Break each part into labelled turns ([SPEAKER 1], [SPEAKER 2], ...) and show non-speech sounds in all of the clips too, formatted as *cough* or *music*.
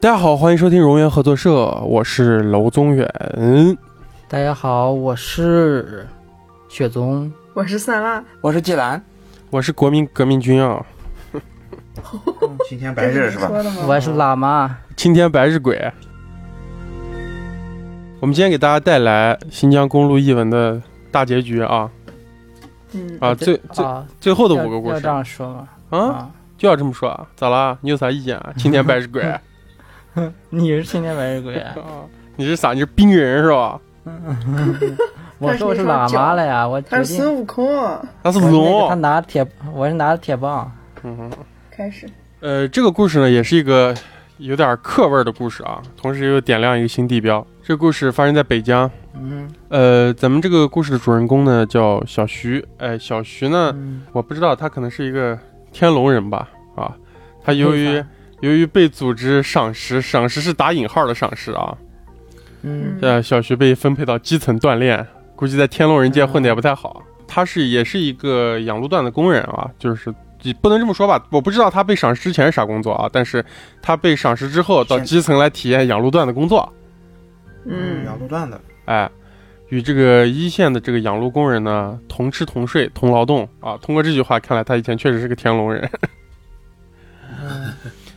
[SPEAKER 1] 大家好，欢迎收听荣源合作社，我是娄宗远。
[SPEAKER 2] 大家好，我是雪宗。
[SPEAKER 3] 我是萨拉，
[SPEAKER 4] 我是季兰，
[SPEAKER 1] 我是国民革命军啊，
[SPEAKER 4] 青天白日是吧？
[SPEAKER 3] 说的吗？
[SPEAKER 2] 我是喇嘛。
[SPEAKER 1] 青天白日鬼。我们今天给大家带来新疆公路译文的大结局啊
[SPEAKER 3] 嗯，
[SPEAKER 1] 啊，最最
[SPEAKER 2] 啊，
[SPEAKER 1] 最后的
[SPEAKER 2] 要
[SPEAKER 1] 五个故
[SPEAKER 2] 要
[SPEAKER 1] 事
[SPEAKER 2] 这样说吗？
[SPEAKER 1] 啊，
[SPEAKER 2] 啊，
[SPEAKER 1] 就要这么说啊？咋啦？你有啥意见
[SPEAKER 2] *laughs*
[SPEAKER 1] 啊？青天白日鬼啊？
[SPEAKER 2] 你是青天白日鬼，啊
[SPEAKER 1] 你是啥？你是冰人是吧？
[SPEAKER 2] 我说我是喇嘛了呀，我
[SPEAKER 3] 他
[SPEAKER 2] 决
[SPEAKER 3] 是
[SPEAKER 2] 定。
[SPEAKER 3] 孙悟空。
[SPEAKER 1] 那是
[SPEAKER 2] 我是那个他
[SPEAKER 1] 龙。
[SPEAKER 2] 拿铁，我是拿着铁棒。
[SPEAKER 1] 嗯哼
[SPEAKER 3] 开始，
[SPEAKER 1] 呃，这个故事呢，也是一个有点课味儿的故事啊，同时又点亮一个新地标。这个故事发生在北疆，
[SPEAKER 2] 嗯
[SPEAKER 1] 呃，咱们这个故事的主人公呢叫小徐，哎，小徐呢，
[SPEAKER 2] 嗯，
[SPEAKER 1] 我不知道他可能是一个天龙人吧，啊，他由
[SPEAKER 2] 为
[SPEAKER 1] 于
[SPEAKER 2] 啥
[SPEAKER 1] 由于被组织赏识，赏识是打引号的赏识啊，
[SPEAKER 2] 嗯
[SPEAKER 1] 呃，小徐被分配到基层锻炼，估计在天龙人界混的也不太好。
[SPEAKER 2] 嗯
[SPEAKER 1] 他是也是一个养路段的工人啊，就是也不能这么说吧，我不知道他被赏识之前是啥工作啊，但是他被赏识之后到
[SPEAKER 4] 现
[SPEAKER 1] 基层来体验养路段的工作，
[SPEAKER 3] 嗯
[SPEAKER 4] 养路段的，
[SPEAKER 1] 哎，与这个一线的这个养路工人呢同吃同睡同劳动啊。通过这句话，看来他以前确实是个天龙人。 *laughs*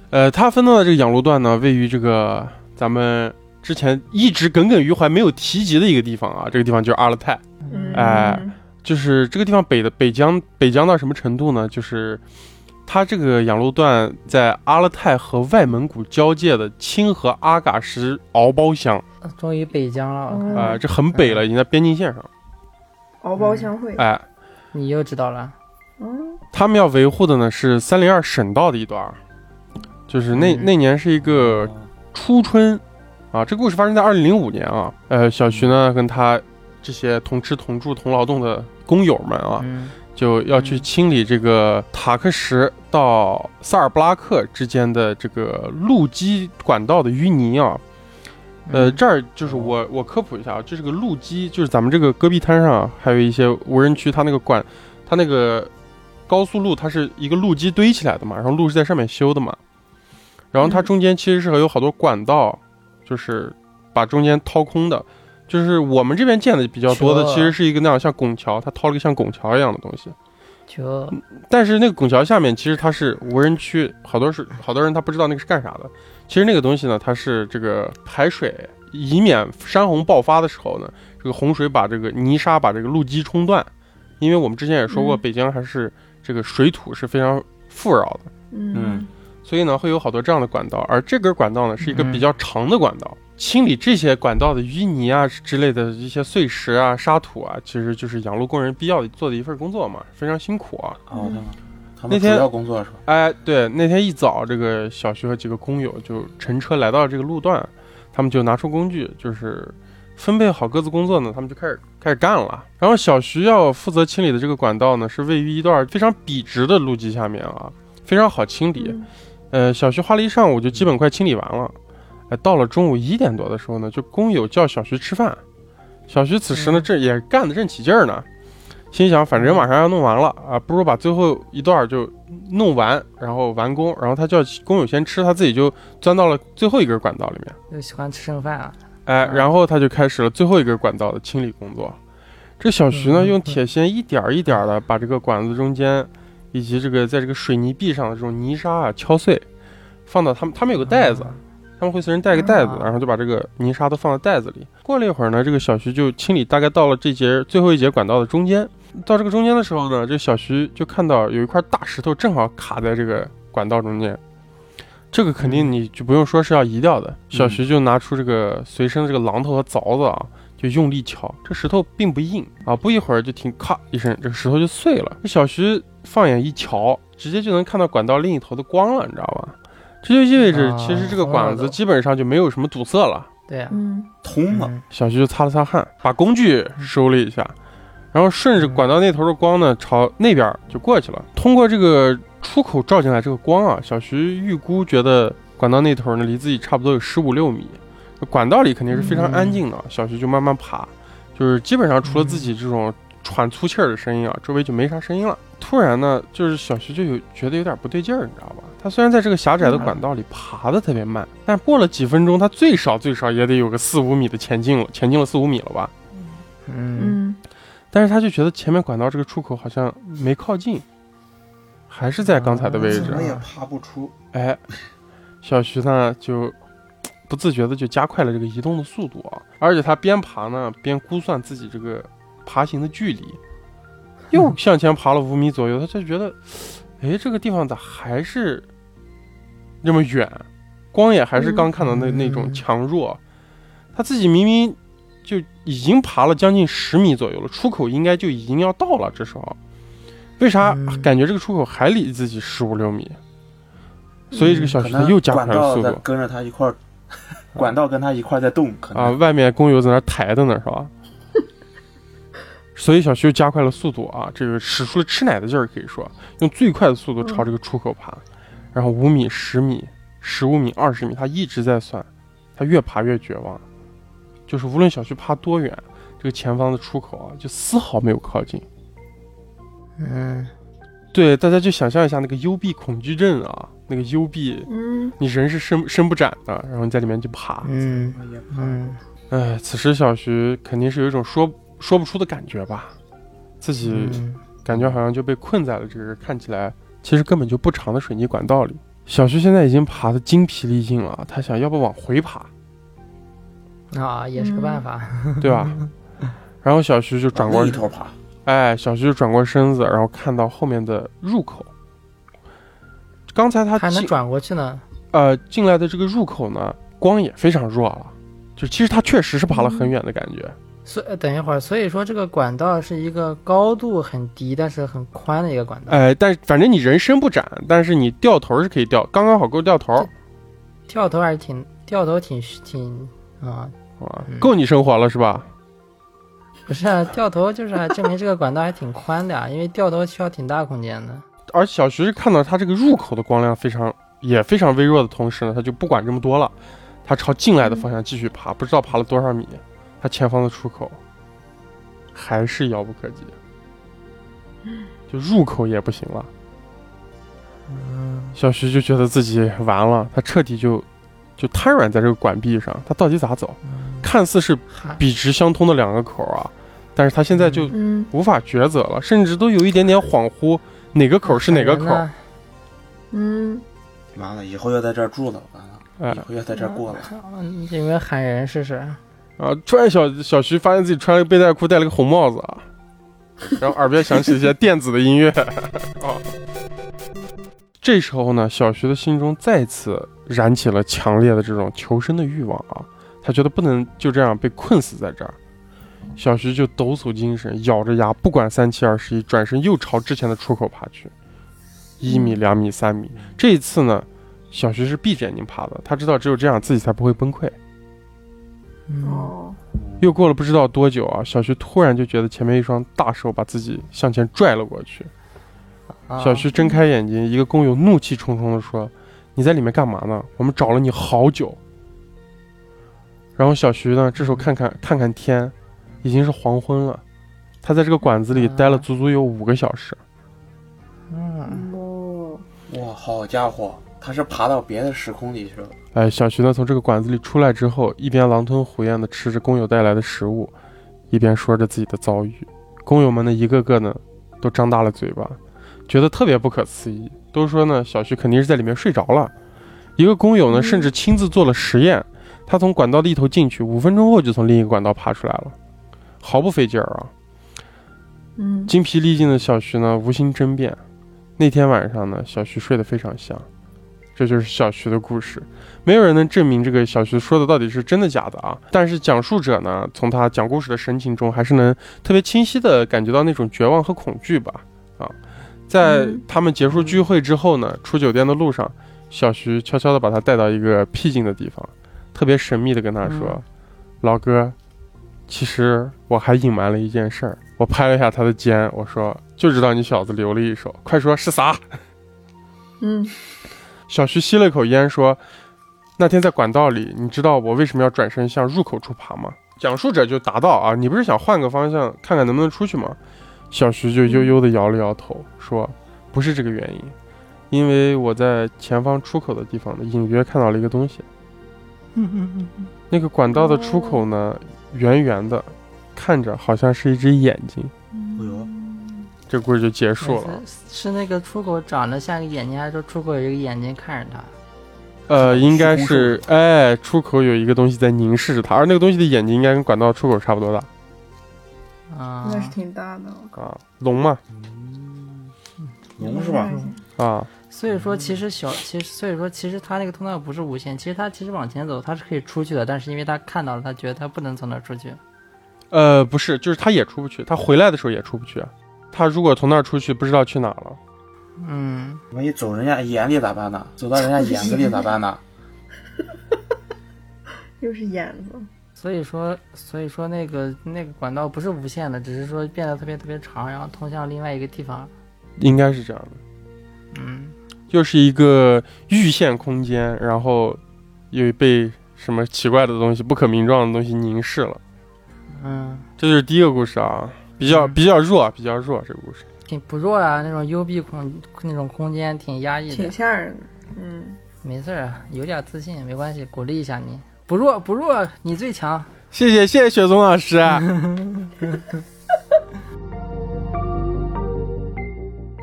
[SPEAKER 1] 呃，他分到的这个养路段呢，位于这个咱们之前一直耿耿于怀没有提及的一个地方啊，这个地方就是阿勒泰。
[SPEAKER 3] 嗯，
[SPEAKER 1] 哎就是这个地方北的北疆北疆到什么程度呢？就是它这个养路段在阿勒泰和外蒙古交界的清河阿嘎什敖包乡
[SPEAKER 2] 终于北疆了，
[SPEAKER 1] 啊、
[SPEAKER 3] 嗯，
[SPEAKER 1] 这很北了，已经在边境线上了。
[SPEAKER 3] 敖包相会，
[SPEAKER 1] 哎，
[SPEAKER 2] 你又知道了。
[SPEAKER 3] 嗯，
[SPEAKER 1] 他们要维护的呢是三零二省道的一段儿，就是那、
[SPEAKER 2] 嗯
[SPEAKER 1] 那年是一个初春啊，这故事发生在二零零五年啊。呃，小徐
[SPEAKER 2] 嗯
[SPEAKER 1] 呢跟他这些同吃同住同劳动的工友们啊，
[SPEAKER 2] 嗯
[SPEAKER 1] 就要去清理这个塔克什到萨尔布拉克之间的这个路基管道的淤泥啊。呃，
[SPEAKER 2] 嗯
[SPEAKER 1] 这儿就是我我科普一下啊，这是个路基，就是咱们这个戈壁滩上啊还有一些无人区，它那个管，它那个高速路它是一个路基堆起来的嘛，然后路是在上面修的嘛，然后它
[SPEAKER 3] 嗯
[SPEAKER 1] 中间其实是有好多管道，就是把中间掏空的，就是我们这边见的比较多的
[SPEAKER 2] 车
[SPEAKER 1] 其实是一个那样像拱桥，它掏了个像拱桥一样的东西，
[SPEAKER 2] 就
[SPEAKER 1] 但是那个拱桥下面其实它是无人区，好多是好多人他不知道那个是干啥的。其实那个东西呢，它是这个排水，以免山洪爆发的时候呢，这个洪水把这个泥沙把这个路基冲断。因为我们之前也说过，
[SPEAKER 3] 嗯
[SPEAKER 1] 北疆还是这个水土是非常富饶的，
[SPEAKER 3] 嗯，
[SPEAKER 1] 所以呢会有好多这样的管道，而这根管道呢是一个
[SPEAKER 2] 嗯
[SPEAKER 1] 比较长的管道。清理这些管道的淤泥啊之类的一些碎石啊、沙土啊，其实就是养路工人必要做的一份工作嘛，非常辛苦啊。
[SPEAKER 4] 哦，对吗？他
[SPEAKER 1] 那
[SPEAKER 4] 们主
[SPEAKER 1] 天
[SPEAKER 4] 要工作是吧？
[SPEAKER 1] 哎，对，那天一早，这个小徐和几个工友就乘车来到了这个路段，他们就拿出工具，就是分配好各自工作呢，他们就开始开始干了。然后小徐要负责清理的这个管道呢，是位于一段非常笔直的路基下面啊，非常好清理。
[SPEAKER 3] 嗯
[SPEAKER 1] 呃，小徐花了一上午就基本快清理完了。哎，到了中午一点多的时候呢，就工友叫小徐吃饭。小徐此时呢，
[SPEAKER 2] 嗯
[SPEAKER 1] 这也干得正起劲儿呢，心想反正马上要弄完了啊，不如把最后一段儿就弄完，然后完工。然后他叫工友先吃，他自己就钻到了最后一根管道里面。
[SPEAKER 2] 又喜欢吃剩饭啊。
[SPEAKER 1] 哎，
[SPEAKER 2] 嗯
[SPEAKER 1] 然后他就开始了最后一根管道的清理工作。这小徐呢，
[SPEAKER 2] 嗯
[SPEAKER 1] 用铁锨一点儿一点的把这个管子中间，以及这个在这个水泥壁上的这种泥沙啊敲碎，放到他们他们有个袋子，
[SPEAKER 2] 嗯
[SPEAKER 1] 他们会随身带个袋子，
[SPEAKER 2] 啊
[SPEAKER 1] 然后就把这个泥沙都放到袋子里。过了一会儿呢，这个小徐就清理大概到了这节最后一节管道的中间。到这个中间的时候呢，这小徐就看到有一块大石头正好卡在这个管道中间，这个肯定你就不用说是要移掉的。小徐就拿出这个随身的这个榔头和凿子啊，就用力敲，这石头并不硬啊，不一会儿就听咔一声，这个石头就碎了。这小徐放眼一瞧，直接就能看到管道另一头的光了，你知道吧？这就意味着
[SPEAKER 2] 啊
[SPEAKER 1] 其实这个管
[SPEAKER 2] 好
[SPEAKER 1] 子
[SPEAKER 2] 的
[SPEAKER 1] 基本上就没有什么堵塞了。
[SPEAKER 2] 对啊呀。
[SPEAKER 3] 嗯，
[SPEAKER 4] 通了，
[SPEAKER 2] 嗯
[SPEAKER 1] 小徐就擦了擦汗，把工具收了一下，然后顺着管道那头的光呢，朝那边就过去了。通过这个出口照进来这个光啊，小徐预估觉得管道那头呢离自己差不多有十五六米，然管道里肯定是非常安
[SPEAKER 2] 嗯
[SPEAKER 1] 静的，小徐就慢慢爬，就是基本上除了自己这种喘粗气儿的声音啊，周围就没啥声音了。突然呢，就是小徐就有觉得有点不对劲儿，你知道吧？他虽然在这个狭窄的管道里爬的特别慢，但过了几分钟，他最少最少也得有个四五米的前进了，前进了四五米了吧？
[SPEAKER 4] 嗯，
[SPEAKER 3] 嗯，
[SPEAKER 1] 但是他就觉得前面管道这个出口好像没靠近，还是在刚才的位
[SPEAKER 2] 嗯
[SPEAKER 1] 置啊
[SPEAKER 4] 怎。么也爬不出。
[SPEAKER 1] 哎，小徐呢就不自觉的就加快了这个移动的速度啊，而且他边爬呢边估算自己这个爬行的距离，又向前爬了五米左右，他就觉得，哎，这个地方咋还是那么远？光也还是刚看到那、那种强弱，他自己明明就已经爬了将近十米左右了，出口应该就已经要到了，这时候，为啥
[SPEAKER 2] 嗯
[SPEAKER 1] 感觉这个出口还离自己十五六米？所以这个小
[SPEAKER 4] 嗯可
[SPEAKER 1] 徐他
[SPEAKER 4] 能
[SPEAKER 1] 又加快
[SPEAKER 4] 管
[SPEAKER 1] 了
[SPEAKER 4] 道
[SPEAKER 1] 速
[SPEAKER 4] 在
[SPEAKER 1] 度
[SPEAKER 4] 跟着他一块儿， *laughs* 管道跟他一块儿在动，可
[SPEAKER 1] 啊！
[SPEAKER 4] 能
[SPEAKER 1] 外面工友在那儿抬的呢，是吧？所以小徐又加快了速度啊，这个使出了吃奶的劲儿，可以说用最快的速度朝这个出口爬，然后五米、十米、十五米、二十米，他一直在算，他越爬越绝望，就是无论小徐爬多远，这个前方的出口啊，就丝毫没有靠近。
[SPEAKER 2] 嗯
[SPEAKER 1] 对，大家就想象一下那个幽闭恐惧症啊，那个幽闭，
[SPEAKER 3] 嗯，
[SPEAKER 1] 你人是伸伸不展的，然后你在里面就爬，
[SPEAKER 2] 嗯
[SPEAKER 4] 也爬
[SPEAKER 2] 嗯
[SPEAKER 1] 哎，此时小徐肯定是有一种说说不出的感觉吧，自己
[SPEAKER 2] 嗯
[SPEAKER 1] 感觉好像就被困在了这个看起来其实根本就不长的水泥管道里。小徐现在已经爬得精疲力尽了，他想要不往回
[SPEAKER 2] *laughs*
[SPEAKER 1] 爬，
[SPEAKER 2] 啊，也是个办法。
[SPEAKER 1] 对吧？然后小徐就转过
[SPEAKER 4] 另一，头爬，
[SPEAKER 1] 哎，小徐就转过身子，然后看到后面的入口。刚才他
[SPEAKER 2] 还能
[SPEAKER 1] 进
[SPEAKER 2] 转过嗯去呢。
[SPEAKER 1] 呃进来的这个入口呢，光也非常弱了，就其实他确实是爬了
[SPEAKER 2] 嗯
[SPEAKER 1] 很远的感觉。
[SPEAKER 2] 所以等一会儿，所以说这个管道是一个高度很低，但是很宽的一个管道。
[SPEAKER 1] 哎，但是反正你人身不展，但是你掉头是可以掉，刚刚好够掉头
[SPEAKER 2] 掉头还是挺掉头挺挺啊、
[SPEAKER 1] 啊
[SPEAKER 2] 嗯，
[SPEAKER 1] 够你生活了是吧？
[SPEAKER 2] 不是啊，掉头就是还证明这个管道还挺宽的啊，因为掉头需要挺大空间的。
[SPEAKER 1] 而小徐是看到他这个入口的光亮非常也非常微弱的同时呢，他就不管这么多了，他朝进来的方向继续爬，不知道爬了多少米，他前方的出口还是遥不可及，就入口也不行了。小徐就觉得自己完了，他彻底就就瘫软在这个管壁上，他到底咋走？看似是
[SPEAKER 2] 还
[SPEAKER 1] 笔直相通的两个口啊，但是他现在就
[SPEAKER 3] 嗯，
[SPEAKER 1] 无法抉择了，甚至都有一点点恍惚，哪个口是哪个口？
[SPEAKER 2] 人呢
[SPEAKER 3] 嗯，
[SPEAKER 4] 完了以后要在这儿住了，完
[SPEAKER 1] 哎
[SPEAKER 4] 了以后要在这儿过了，
[SPEAKER 2] 嗯，有没有喊人试试？
[SPEAKER 1] 啊！突然小小徐发现自己穿了个背带裤，戴了个红帽子啊，然后耳边响起一些电子的音乐啊。这时候呢，小徐的心中再次燃起了强烈的这种求生的欲望啊，他觉得不能就这样被困死在这儿。小徐就抖擞精神，咬着牙，不管三七二十一，转身又朝之前的出口爬去，一米、两米、三米。这一次呢，小徐是闭着眼睛爬的，他知道只有这样自己才不会崩溃。
[SPEAKER 2] 嗯，
[SPEAKER 3] 哦，
[SPEAKER 1] 又过了不知道多久啊，小徐突然就觉得前面一双大手把自己向前拽了过去。
[SPEAKER 2] 啊
[SPEAKER 1] 小徐睁开眼睛，一个工友怒气冲冲地说：“你在里面干嘛呢？我们找了你好久。”然后小徐呢，这时候看看看看天，已经是黄昏了。他在这个管子里待了足足有五个小时。
[SPEAKER 2] 嗯，
[SPEAKER 3] 哦，
[SPEAKER 4] 哇，好家伙，他是爬到别的时空里去了，
[SPEAKER 1] 哎，小徐呢从这个管子里出来之后，一边狼吞虎咽地吃着工友带来的食物，一边说着自己的遭遇。工友们呢，一个个呢都张大了嘴巴，觉得特别不可思议，都说呢小徐肯定是在里面睡着了。一个工友呢，
[SPEAKER 3] 嗯
[SPEAKER 1] 甚至亲自做了实验，他从管道的一头进去，五分钟后就从另一个管道爬出来了，毫不费劲儿啊。
[SPEAKER 3] 嗯，
[SPEAKER 1] 精疲力尽的小徐呢，无心争辩。那天晚上呢，小徐睡得非常香，这就是小徐的故事。没有人能证明这个小徐说的到底是真的假的啊，但是讲述者呢，从他讲故事的神情中，还是能特别清晰的感觉到那种绝望和恐惧吧。啊，在
[SPEAKER 3] 嗯
[SPEAKER 1] 他们结束聚会之后呢，出酒店的路上，小徐悄悄的把他带到一个僻静的地方，特别神秘的跟他说：“
[SPEAKER 2] 嗯
[SPEAKER 1] 老哥，其实我还隐瞒了一件事儿。”我拍了一下他的肩，我说：“就知道你小子留了一手，快说是啥
[SPEAKER 3] 嗯，？”
[SPEAKER 1] 小徐吸了一口烟，说：“那天在管道里，你知道我为什么要转身向入口处爬吗？讲述者就答道啊，你不是想换个方向看看能不能出去吗？小徐就悠悠地摇了摇头，说不是这个原因，因为我在前方出口的地方呢，隐约看到了一个东西。那个管道的出口呢，圆圆的，看着好像是一只眼睛。
[SPEAKER 4] 哎呦，
[SPEAKER 1] 这故事就结束了。啊
[SPEAKER 2] 是是那个出口长得像个眼睛，还是说出口有一个眼睛看着他？
[SPEAKER 1] 呃，应该是哎，出口有一个东西在凝视着他，而那个东西的眼睛应该跟管道出口差不多大
[SPEAKER 2] 啊、
[SPEAKER 3] 那是挺大的，我靠
[SPEAKER 1] 啊，龙嘛
[SPEAKER 4] 龙是吧？
[SPEAKER 3] 嗯
[SPEAKER 1] 啊，
[SPEAKER 2] 所以说其实小，其实所以说其实他那个通道不是无限，其实他其实往前走他是可以出去的，但是因为他看到了，他觉得他不能从那儿出去。
[SPEAKER 1] 呃，不是，就是他也出不去，他回来的时候也出不去啊。他如果从那儿出去，不知道去哪儿了。
[SPEAKER 2] 嗯，
[SPEAKER 4] 万一走人家眼里咋办呢？走到人家眼子里咋办呢？
[SPEAKER 3] 又是眼子，
[SPEAKER 2] 所以说所以说那个那个管道不是无限的，只是说变得特别特别长，然后通向另外一个地方。
[SPEAKER 1] 应该是这样的，
[SPEAKER 2] 嗯，
[SPEAKER 1] 就是一个域线空间，然后又被什么奇怪的东西、不可名状的东西凝视了。
[SPEAKER 2] 嗯，
[SPEAKER 1] 这就是第一个故事啊，比较比较弱，比较弱这个故事。
[SPEAKER 2] 挺不弱啊，那种幽闭空那种空间挺压抑
[SPEAKER 3] 挺
[SPEAKER 2] 的。
[SPEAKER 3] 吓人的。嗯，
[SPEAKER 2] 没事儿啊，有点自信没关系，鼓励一下你。不弱不弱，你最强。
[SPEAKER 1] 谢谢谢谢雪松老师。啊 *laughs*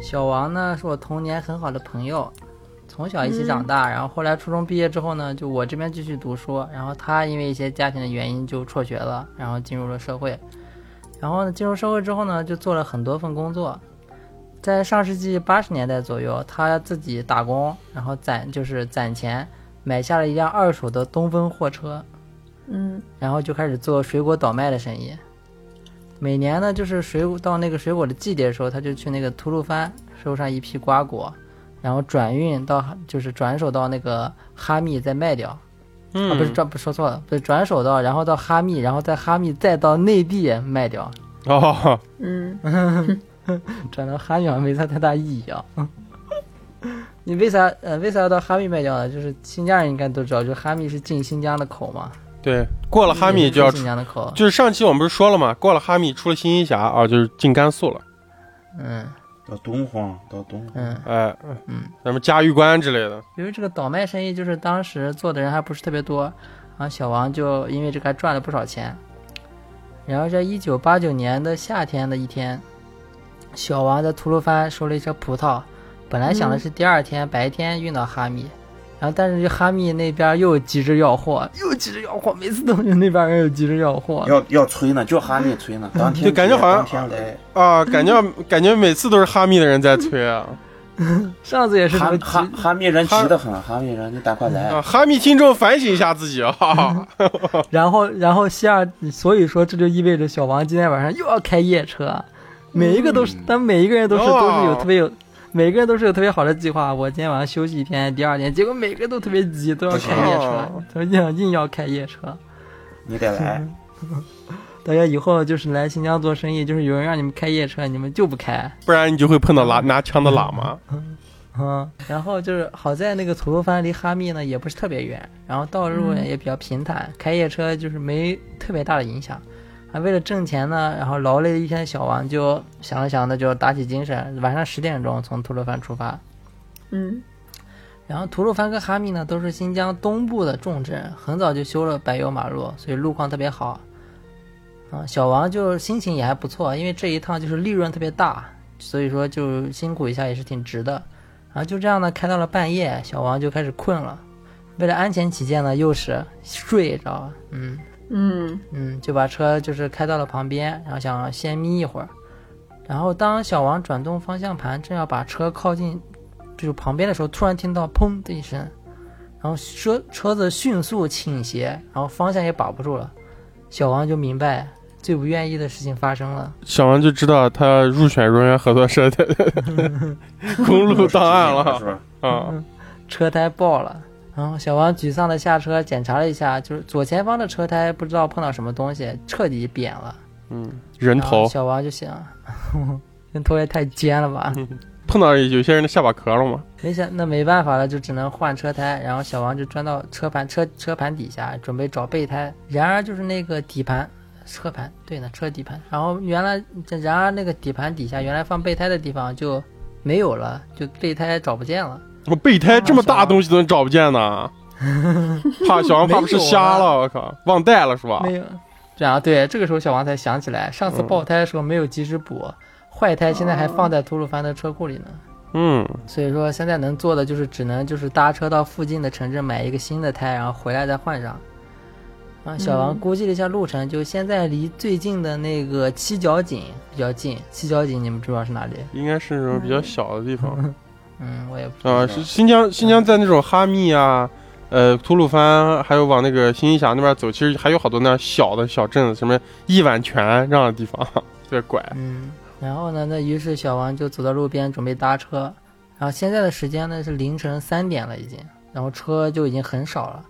[SPEAKER 2] 小王呢是我童年很好的朋友，从小一起长大，然后后来初中毕业之后呢，就我这边继续读书，然后他因为一些家庭的原因就辍学了，然后进入了社会，然后呢进入社会之后呢，就做了很多份工作，在上世纪八十年代左右，他自己打工，然后攒就是攒钱，买下了一辆二手的东风货车，
[SPEAKER 3] 嗯，
[SPEAKER 2] 然后就开始做水果倒卖的生意。每年呢，就是水果到那个水果的季节的时候，他就去那个吐鲁番收上一批瓜果，然后转运到就是转手到那个哈密再卖掉。
[SPEAKER 1] 嗯，
[SPEAKER 2] 啊，不是转不说错了，不是转手到，然后到哈密，然后在哈密再到内地卖掉。
[SPEAKER 1] 哦，
[SPEAKER 3] 嗯，
[SPEAKER 2] 转到哈密好像没啥太大意义啊。 *laughs* 你为啥呃为啥要到哈密卖掉呢？就是新疆人应该都知道，就哈密是进新疆的口嘛，
[SPEAKER 1] 对，过了哈密就要
[SPEAKER 2] 也
[SPEAKER 1] 出
[SPEAKER 2] 是新疆的口。
[SPEAKER 1] 就是上期我们不是说了嘛，过了哈密出了新一峡啊，就是进甘肃了，
[SPEAKER 2] 嗯
[SPEAKER 4] 到东荒，到东荒，
[SPEAKER 2] 嗯。
[SPEAKER 1] 哎，
[SPEAKER 2] 嗯，
[SPEAKER 1] 咱们嘉峪关之类的，
[SPEAKER 2] 由于这个倒卖生意，就是当时做的人还不是特别多，然后小王就因为这个还赚了不少钱。然后在一九八九年的夏天的一天，小王在吐鲁番收了一车葡萄，本来想的是第二天白天运到哈密，然后但是哈密那边又急着要货，又急着要货，每次都是那边人又急着要货。
[SPEAKER 4] 嗯要要催呢，就哈密催呢，当天
[SPEAKER 1] 对感觉
[SPEAKER 4] 来
[SPEAKER 1] 好像
[SPEAKER 4] 当天来。
[SPEAKER 1] 啊，感觉感觉每次都是哈密的人在催啊，
[SPEAKER 2] 上次也是什
[SPEAKER 4] 哈
[SPEAKER 2] 么
[SPEAKER 4] 哈
[SPEAKER 2] 急，
[SPEAKER 4] 哈密人急得很，哈密人你赶快
[SPEAKER 1] 啊，
[SPEAKER 4] 来，
[SPEAKER 1] 哈密听众反省一下自己啊，
[SPEAKER 2] 然后然后西二，所以说这就意味着小王今天晚上又要开夜车，每一个都是，但每一个人都是
[SPEAKER 1] 嗯哦
[SPEAKER 2] 都是有特别有，每个人都是有特别好的计划。我今天晚上休息一天，第二天，结果每个人都特别急，都要开夜车
[SPEAKER 1] 哦，
[SPEAKER 2] 都硬硬要开夜车。
[SPEAKER 4] 你得来。
[SPEAKER 2] 大家以后就是来新疆做生意，就是有人让你们开夜车，你们就不开。
[SPEAKER 1] 不然你就会碰到喇拿枪的喇嘛。
[SPEAKER 2] 嗯，然后就是好在那个吐鲁番离哈密呢也不是特别远，然后道路呢也比较平坦，开夜车就是没特别大的影响。啊，为了挣钱呢，然后劳累了一天的小王就想了想，那就打起精神，晚上十点钟从吐鲁番出发。
[SPEAKER 3] 嗯，
[SPEAKER 2] 然后吐鲁番跟哈密呢都是新疆东部的重镇，很早就修了柏油马路，所以路况特别好。啊，小王就心情也还不错，因为这一趟就是利润特别大，所以说就辛苦一下也是挺值的。然后就这样呢，开到了半夜，小王就开始困了。为了安全起见呢，又是睡知道吧？嗯，
[SPEAKER 3] 嗯，
[SPEAKER 2] 嗯，就把车就是开到了旁边，然后想先眯一会儿。然后当小王转动方向盘，正要把车靠近就是旁边的时候，突然听到砰的一声，然后车车子迅速倾斜，然后方向也把不住了。小王就明白最不愿意的事情发生了。
[SPEAKER 1] 小王就知道他入选荣源合作社的公路档案
[SPEAKER 4] 是 *laughs*
[SPEAKER 1] 了
[SPEAKER 4] 吧？
[SPEAKER 1] 啊，
[SPEAKER 2] 车胎爆了。然后小王沮丧的下车检查了一下，就是左前方的车胎不知道碰到什么东西，彻底扁了。
[SPEAKER 1] 嗯，人
[SPEAKER 2] 然后
[SPEAKER 1] 头
[SPEAKER 2] *laughs* 小王就想，人头也太尖了吧。
[SPEAKER 1] 碰到有些人的下巴壳了嘛。
[SPEAKER 2] 没想那没办法了，就只能换车胎。然后小王就钻到车盘车车盘底下，准备找备胎。然而就是那个底盘车盘，对呢，车底盘。然后原来这然而那个底盘底下原来放备胎的地方就没有了，就备胎找不见了。
[SPEAKER 1] 我备胎这么大的东西都能找不见呢？怕小王怕不是瞎了？我靠，忘带了是吧？
[SPEAKER 2] 没有。然后对，这个时候小王才想起来，上次
[SPEAKER 1] 嗯
[SPEAKER 2] 爆胎的时候没有及时补，坏胎现在还放在吐鲁番的车库里呢。
[SPEAKER 1] 嗯，
[SPEAKER 2] 所以说现在能做的就是只能就是搭车到附近的城镇买一个新的胎，然后回来再换上。然后小王
[SPEAKER 3] 嗯
[SPEAKER 2] 估计了一下路程，就现在离最近的那个七角井比较近。七角井你们知道是哪里？
[SPEAKER 1] 应该是那种比较小的地方
[SPEAKER 2] 嗯，我也不知道。
[SPEAKER 1] 啊。是新疆，新疆在那种哈密啊，呃，吐鲁番，还有往那个新西峡那边走，其实还有好多那样小的小镇，什么一碗泉这样的地 *laughs* 方，特别拐。
[SPEAKER 2] 嗯，然后呢，那于是小王就走到路边准备搭车，然后现在的时间呢是凌晨三点了已经，然后车就已经很少了，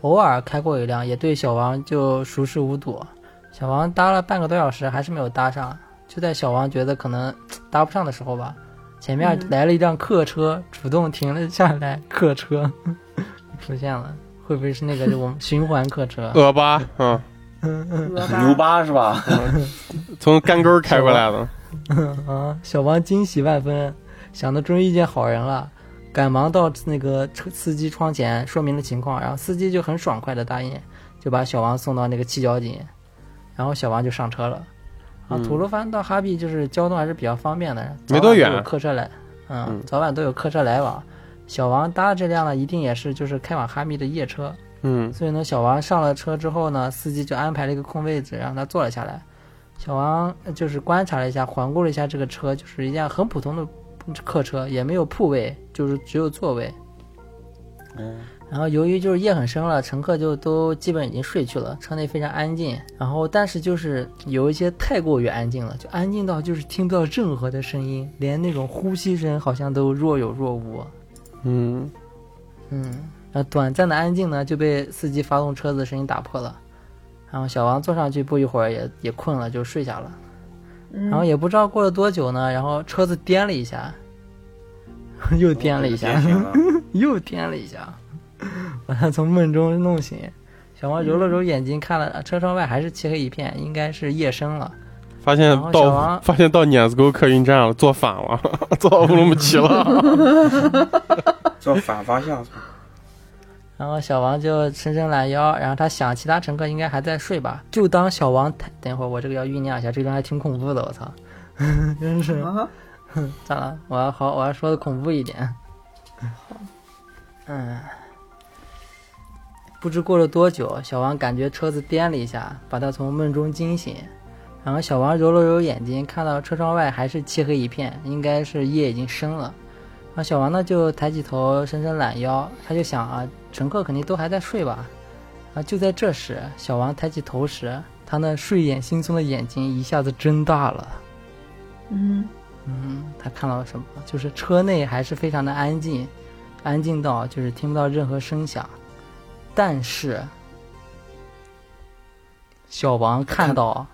[SPEAKER 2] 偶尔开过一辆，也对小王就熟视无睹。小王搭了半个多小时还是没有搭上，就在小王觉得可能搭不上的时候吧，前面
[SPEAKER 3] 嗯
[SPEAKER 2] 来了一辆客车，主动停了下来，客车 *laughs* 出现了，会不会是那个就我们循环客车？
[SPEAKER 1] 恶巴，嗯，
[SPEAKER 3] 鹅吧，
[SPEAKER 4] 牛巴是吧？
[SPEAKER 1] *laughs* 从干沟开过来的。
[SPEAKER 2] 啊！小王惊喜万分，想到终于遇见好人了，赶忙到那个车司机窗前说明了情况，然后司机就很爽快的答应，就把小王送到那个七角井，然后小王就上车了。啊，
[SPEAKER 1] 嗯
[SPEAKER 2] 吐鲁番到哈密就是交通还是比较方便的，
[SPEAKER 1] 没多远
[SPEAKER 2] 早晚都有客车来，嗯
[SPEAKER 1] 嗯，
[SPEAKER 2] 早晚都有客车来往。小王搭的这辆呢，一定也是就是开往哈密的夜车，
[SPEAKER 1] 嗯，
[SPEAKER 2] 所以呢，小王上了车之后呢，司机就安排了一个空位置让他坐了下来。小王呃就是观察了一下，环顾了一下这个车，就是一辆很普通的客车，也没有铺位，就是只有座位。 *laughs*
[SPEAKER 4] 嗯，
[SPEAKER 2] 然后由于就是夜很深了，乘客就都基本已经睡去了，车内非常安静。然后但是就是有一些太过于安静了，就安静到就是听不到任何的声音，连那种呼吸声好像都若有若无。
[SPEAKER 1] 嗯，
[SPEAKER 2] 嗯，然后短暂的安静呢就被司机发动车子的声音打破了。然后小王坐上去不一会儿也也困了，就睡下了。然后
[SPEAKER 3] 嗯，
[SPEAKER 2] 也不知道过了多久呢，然后车子颠了一下， *laughs* 又颠了一下，
[SPEAKER 4] 点醒了
[SPEAKER 2] *laughs* 又颠了一下， *laughs* 把他从梦中弄醒。小王揉了揉眼睛，看了呃车窗外还是漆黑一片，应该是夜深了。
[SPEAKER 1] 发现
[SPEAKER 2] 然后小
[SPEAKER 1] 到
[SPEAKER 2] 王
[SPEAKER 1] 发现到碾子沟客运站了， *laughs* 坐反了，坐到乌鲁木齐 *laughs* 了。
[SPEAKER 4] 做反方向，
[SPEAKER 2] 然后小王就伸伸懒腰，然后他想其他乘客应该还在睡吧，就当小王抬等一会儿我这个要酝酿一下，这个地方还挺恐怖的，我操，真是
[SPEAKER 3] 啊
[SPEAKER 2] 嗯咋了？我要好，我要说的恐怖一点。 *laughs* 嗯，不知过了多久，小王感觉车子颠了一下，把他从梦中惊醒。然后小王揉了揉眼睛，看到车窗外还是漆黑一片，应该是夜已经深了。然后小王呢就抬起头，伸伸懒腰，他就想啊，乘客肯定都还在睡吧。啊，就在这时，小王抬起头时，他那睡眼惺忪的眼睛一下子睁大了。
[SPEAKER 3] 嗯
[SPEAKER 2] 嗯，他看到了什么？就是车内还是非常的安静，安静到就是听不到任何声响。但是，小王看到，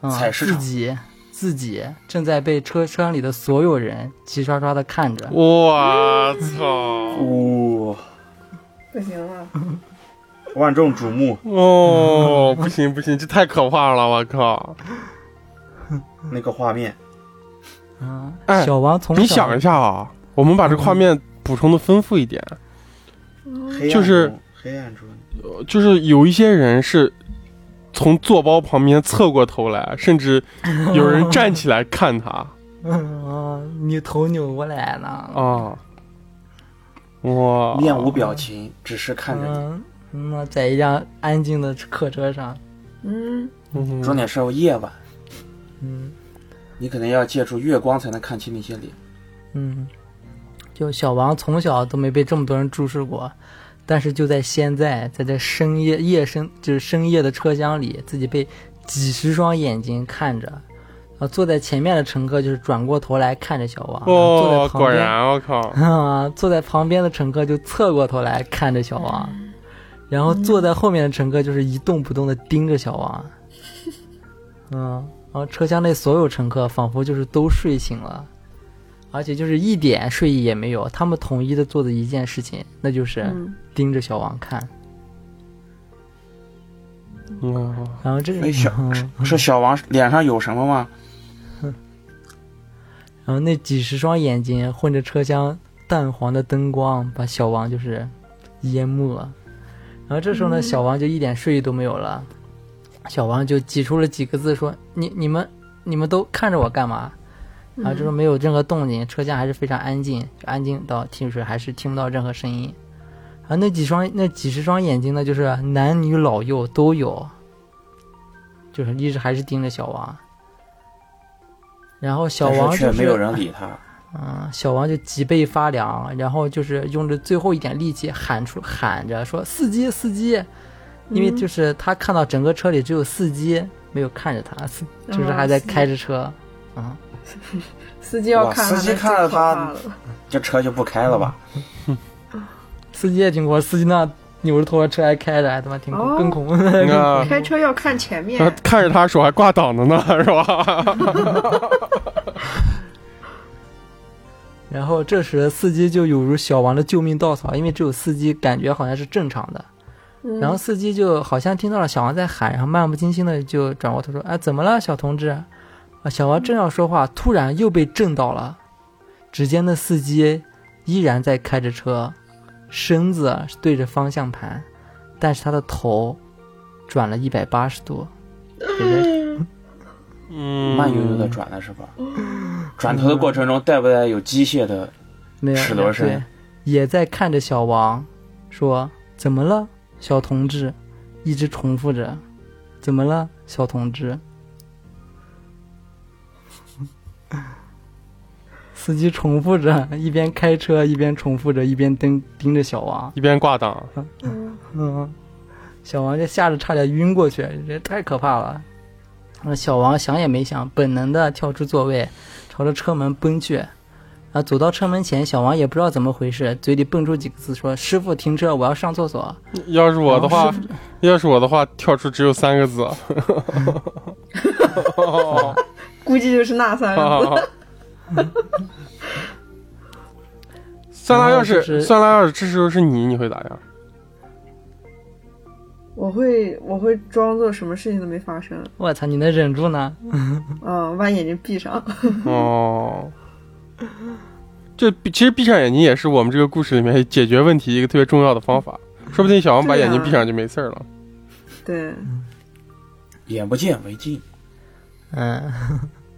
[SPEAKER 2] 嗯，
[SPEAKER 4] 菜市
[SPEAKER 2] 自
[SPEAKER 4] 场
[SPEAKER 2] 己自己正在被车厢里的所有人齐刷刷的看着。
[SPEAKER 1] 我操！
[SPEAKER 4] 呜、
[SPEAKER 3] 不行了，
[SPEAKER 4] 万众瞩目，
[SPEAKER 1] 哦，不行不行，这太可怕了！我靠！
[SPEAKER 4] 那个画面，
[SPEAKER 2] 嗯，
[SPEAKER 1] 哎
[SPEAKER 2] 小王从小
[SPEAKER 1] 你想一下啊，我们把
[SPEAKER 2] 嗯
[SPEAKER 1] 这个画面补充的丰富一点，
[SPEAKER 4] 黑暗
[SPEAKER 1] 就是
[SPEAKER 4] 中黑暗中，
[SPEAKER 1] 就是有一些人是从坐包旁边侧过头来，甚至有
[SPEAKER 2] *laughs*
[SPEAKER 1] 人站起来看他
[SPEAKER 2] 嗯，你头扭过来呢。
[SPEAKER 1] 啊！哇，
[SPEAKER 4] 面无表情，只是看着你。
[SPEAKER 2] 嗯，那在一辆安静的客车上，
[SPEAKER 3] 嗯
[SPEAKER 1] 嗯
[SPEAKER 4] 重点是要夜晚，
[SPEAKER 2] 嗯。
[SPEAKER 4] 你可能要借助月光才能看清那些脸。
[SPEAKER 2] 嗯，就小王从小都没被这么多人注视过，但是就在现在，在这深夜夜深就是深夜的车厢里，自己被几十双眼睛看着。啊，坐在前面的乘客就是转过头来看着小王，
[SPEAKER 1] 哦，
[SPEAKER 2] 坐在
[SPEAKER 1] 果
[SPEAKER 2] 旁边
[SPEAKER 1] 然我
[SPEAKER 2] *laughs*
[SPEAKER 1] 靠！
[SPEAKER 2] 啊，坐在旁边的乘客就侧过头来看着小王，然后坐在后面的乘客就是一动不动的盯着小王。嗯，然后车厢内所有乘客仿佛就是都睡醒了，而且就是一点睡意也没有，他们统一的做的一件事情，那就是
[SPEAKER 3] 嗯，
[SPEAKER 2] 盯着小王看。
[SPEAKER 1] 嗯，
[SPEAKER 2] 然后这个，
[SPEAKER 4] 哎小
[SPEAKER 2] 嗯
[SPEAKER 4] 是小王脸上有什么吗？
[SPEAKER 2] 然后那几十双眼睛混着车厢淡黄的灯光，把小王就是淹没了。然后这时候呢，
[SPEAKER 3] 嗯
[SPEAKER 2] 小王就一点睡意都没有了。小王就挤出了几个字说：“你你们你们都看着我干嘛？”
[SPEAKER 3] 嗯
[SPEAKER 2] 然后这时候没有任何动静，车厢还是非常安静，就安静到听水还是听不到任何声音。然后那几双那几十双眼睛呢，就是男女老幼都有，就是一直还是盯着小王。然后小
[SPEAKER 4] 但
[SPEAKER 2] 王
[SPEAKER 4] 是
[SPEAKER 2] 就
[SPEAKER 4] 却
[SPEAKER 2] 是
[SPEAKER 4] 没有人理他。
[SPEAKER 2] 嗯，小王就脊背发凉，然后就是用着最后一点力气喊出喊着说：“司机，司机！”因为就是他看到整个车里只有司机没有看着他，司就是还在开着车。嗯，
[SPEAKER 3] 司机要
[SPEAKER 4] 哇
[SPEAKER 3] 看
[SPEAKER 4] 司
[SPEAKER 3] 他
[SPEAKER 4] 机
[SPEAKER 3] 那
[SPEAKER 4] 看着
[SPEAKER 3] 太可怕
[SPEAKER 4] 他
[SPEAKER 3] 了
[SPEAKER 4] 这车就不开了吧？
[SPEAKER 2] 司机也挺恐怖，司机那扭着头发车还开着，还他妈挺恐
[SPEAKER 3] 哦
[SPEAKER 2] 更恐怖。
[SPEAKER 4] 啊
[SPEAKER 1] 那
[SPEAKER 3] 开车要看前面
[SPEAKER 1] 那，看着他手还挂档的呢，是吧？
[SPEAKER 2] *laughs* 然后这时司机就有如小王的救命稻草，因为只有司机感觉好像是正常的。
[SPEAKER 3] 嗯
[SPEAKER 2] 然后司机就好像听到了小王在喊，然后漫不经心的就转过头说：“哎，怎么了，小同志？”啊，小王正要说话，突然又被震到了。只见那司机依然在开着车，身子是对着方向盘，但是他的头转了一百八十度，也在
[SPEAKER 1] 嗯，
[SPEAKER 4] 慢悠悠的转的是吧？转头的过程中带不带有机械的？
[SPEAKER 2] 没有
[SPEAKER 4] 齿轮声
[SPEAKER 2] 对，也在看着小王，说：“怎么了，小同志？”一直重复着：“怎么了，小同志？” *laughs* 司机重复着，一边开车一边重复着，一边盯盯着小王。
[SPEAKER 1] 一边挂档，
[SPEAKER 3] 嗯
[SPEAKER 2] 嗯，小王这吓得差点晕过去，这太可怕了。那小王想也没想，本能的跳出座位，朝着车门奔去。啊，走到车门前，小王也不知道怎么回事，嘴里蹦出几个字说：“师傅，停车，我要上厕所。
[SPEAKER 1] 要是我的话，要是我的话，跳出只有三个字。啊哦
[SPEAKER 3] 估计就是那三
[SPEAKER 1] 啊
[SPEAKER 3] 个字，
[SPEAKER 1] 酸辣
[SPEAKER 2] 然后
[SPEAKER 1] 要
[SPEAKER 2] 就是是
[SPEAKER 1] 酸辣要是这时候是你，你会咋样？
[SPEAKER 3] 我会我会装作什么事情都没发生，”
[SPEAKER 2] 我操，你能忍住呢？
[SPEAKER 3] 嗯，把眼睛
[SPEAKER 1] *laughs*
[SPEAKER 3] 闭上，
[SPEAKER 1] 哦，这闭其实闭上眼睛也是我们这个故事里面解决问题一个特别重要的方法。说不定小王把
[SPEAKER 3] 对啊
[SPEAKER 1] 眼睛闭上就没事儿了。
[SPEAKER 3] 对，
[SPEAKER 4] 眼不见为净。
[SPEAKER 2] 嗯，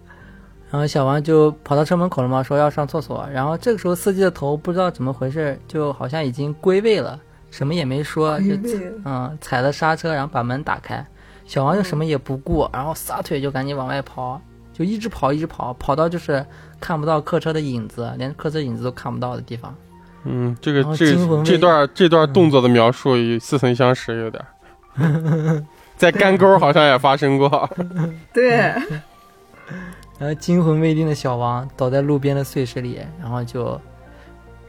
[SPEAKER 2] *laughs* 然后小王就跑到车门口了嘛，说要上厕所。然后这个时候司机的头不知道怎么回事，就好像已经归位了，什么也没说，就
[SPEAKER 3] 预备
[SPEAKER 2] 嗯，踩了刹车，然后把门打开。小王就什么也不顾，然后撒腿就赶紧往外跑，就一直跑，一直跑，跑到就是看不到客车的影子，连客车影子都看不到的地方。
[SPEAKER 1] 嗯，这个
[SPEAKER 2] 然后
[SPEAKER 1] 这
[SPEAKER 2] 惊魂
[SPEAKER 1] 个
[SPEAKER 2] 未
[SPEAKER 1] 这段这段动作的描述与似曾相识，有点儿。在干沟好像也发生过。
[SPEAKER 3] 对，
[SPEAKER 2] 然后惊魂未定的小王倒在路边的碎石里，然后就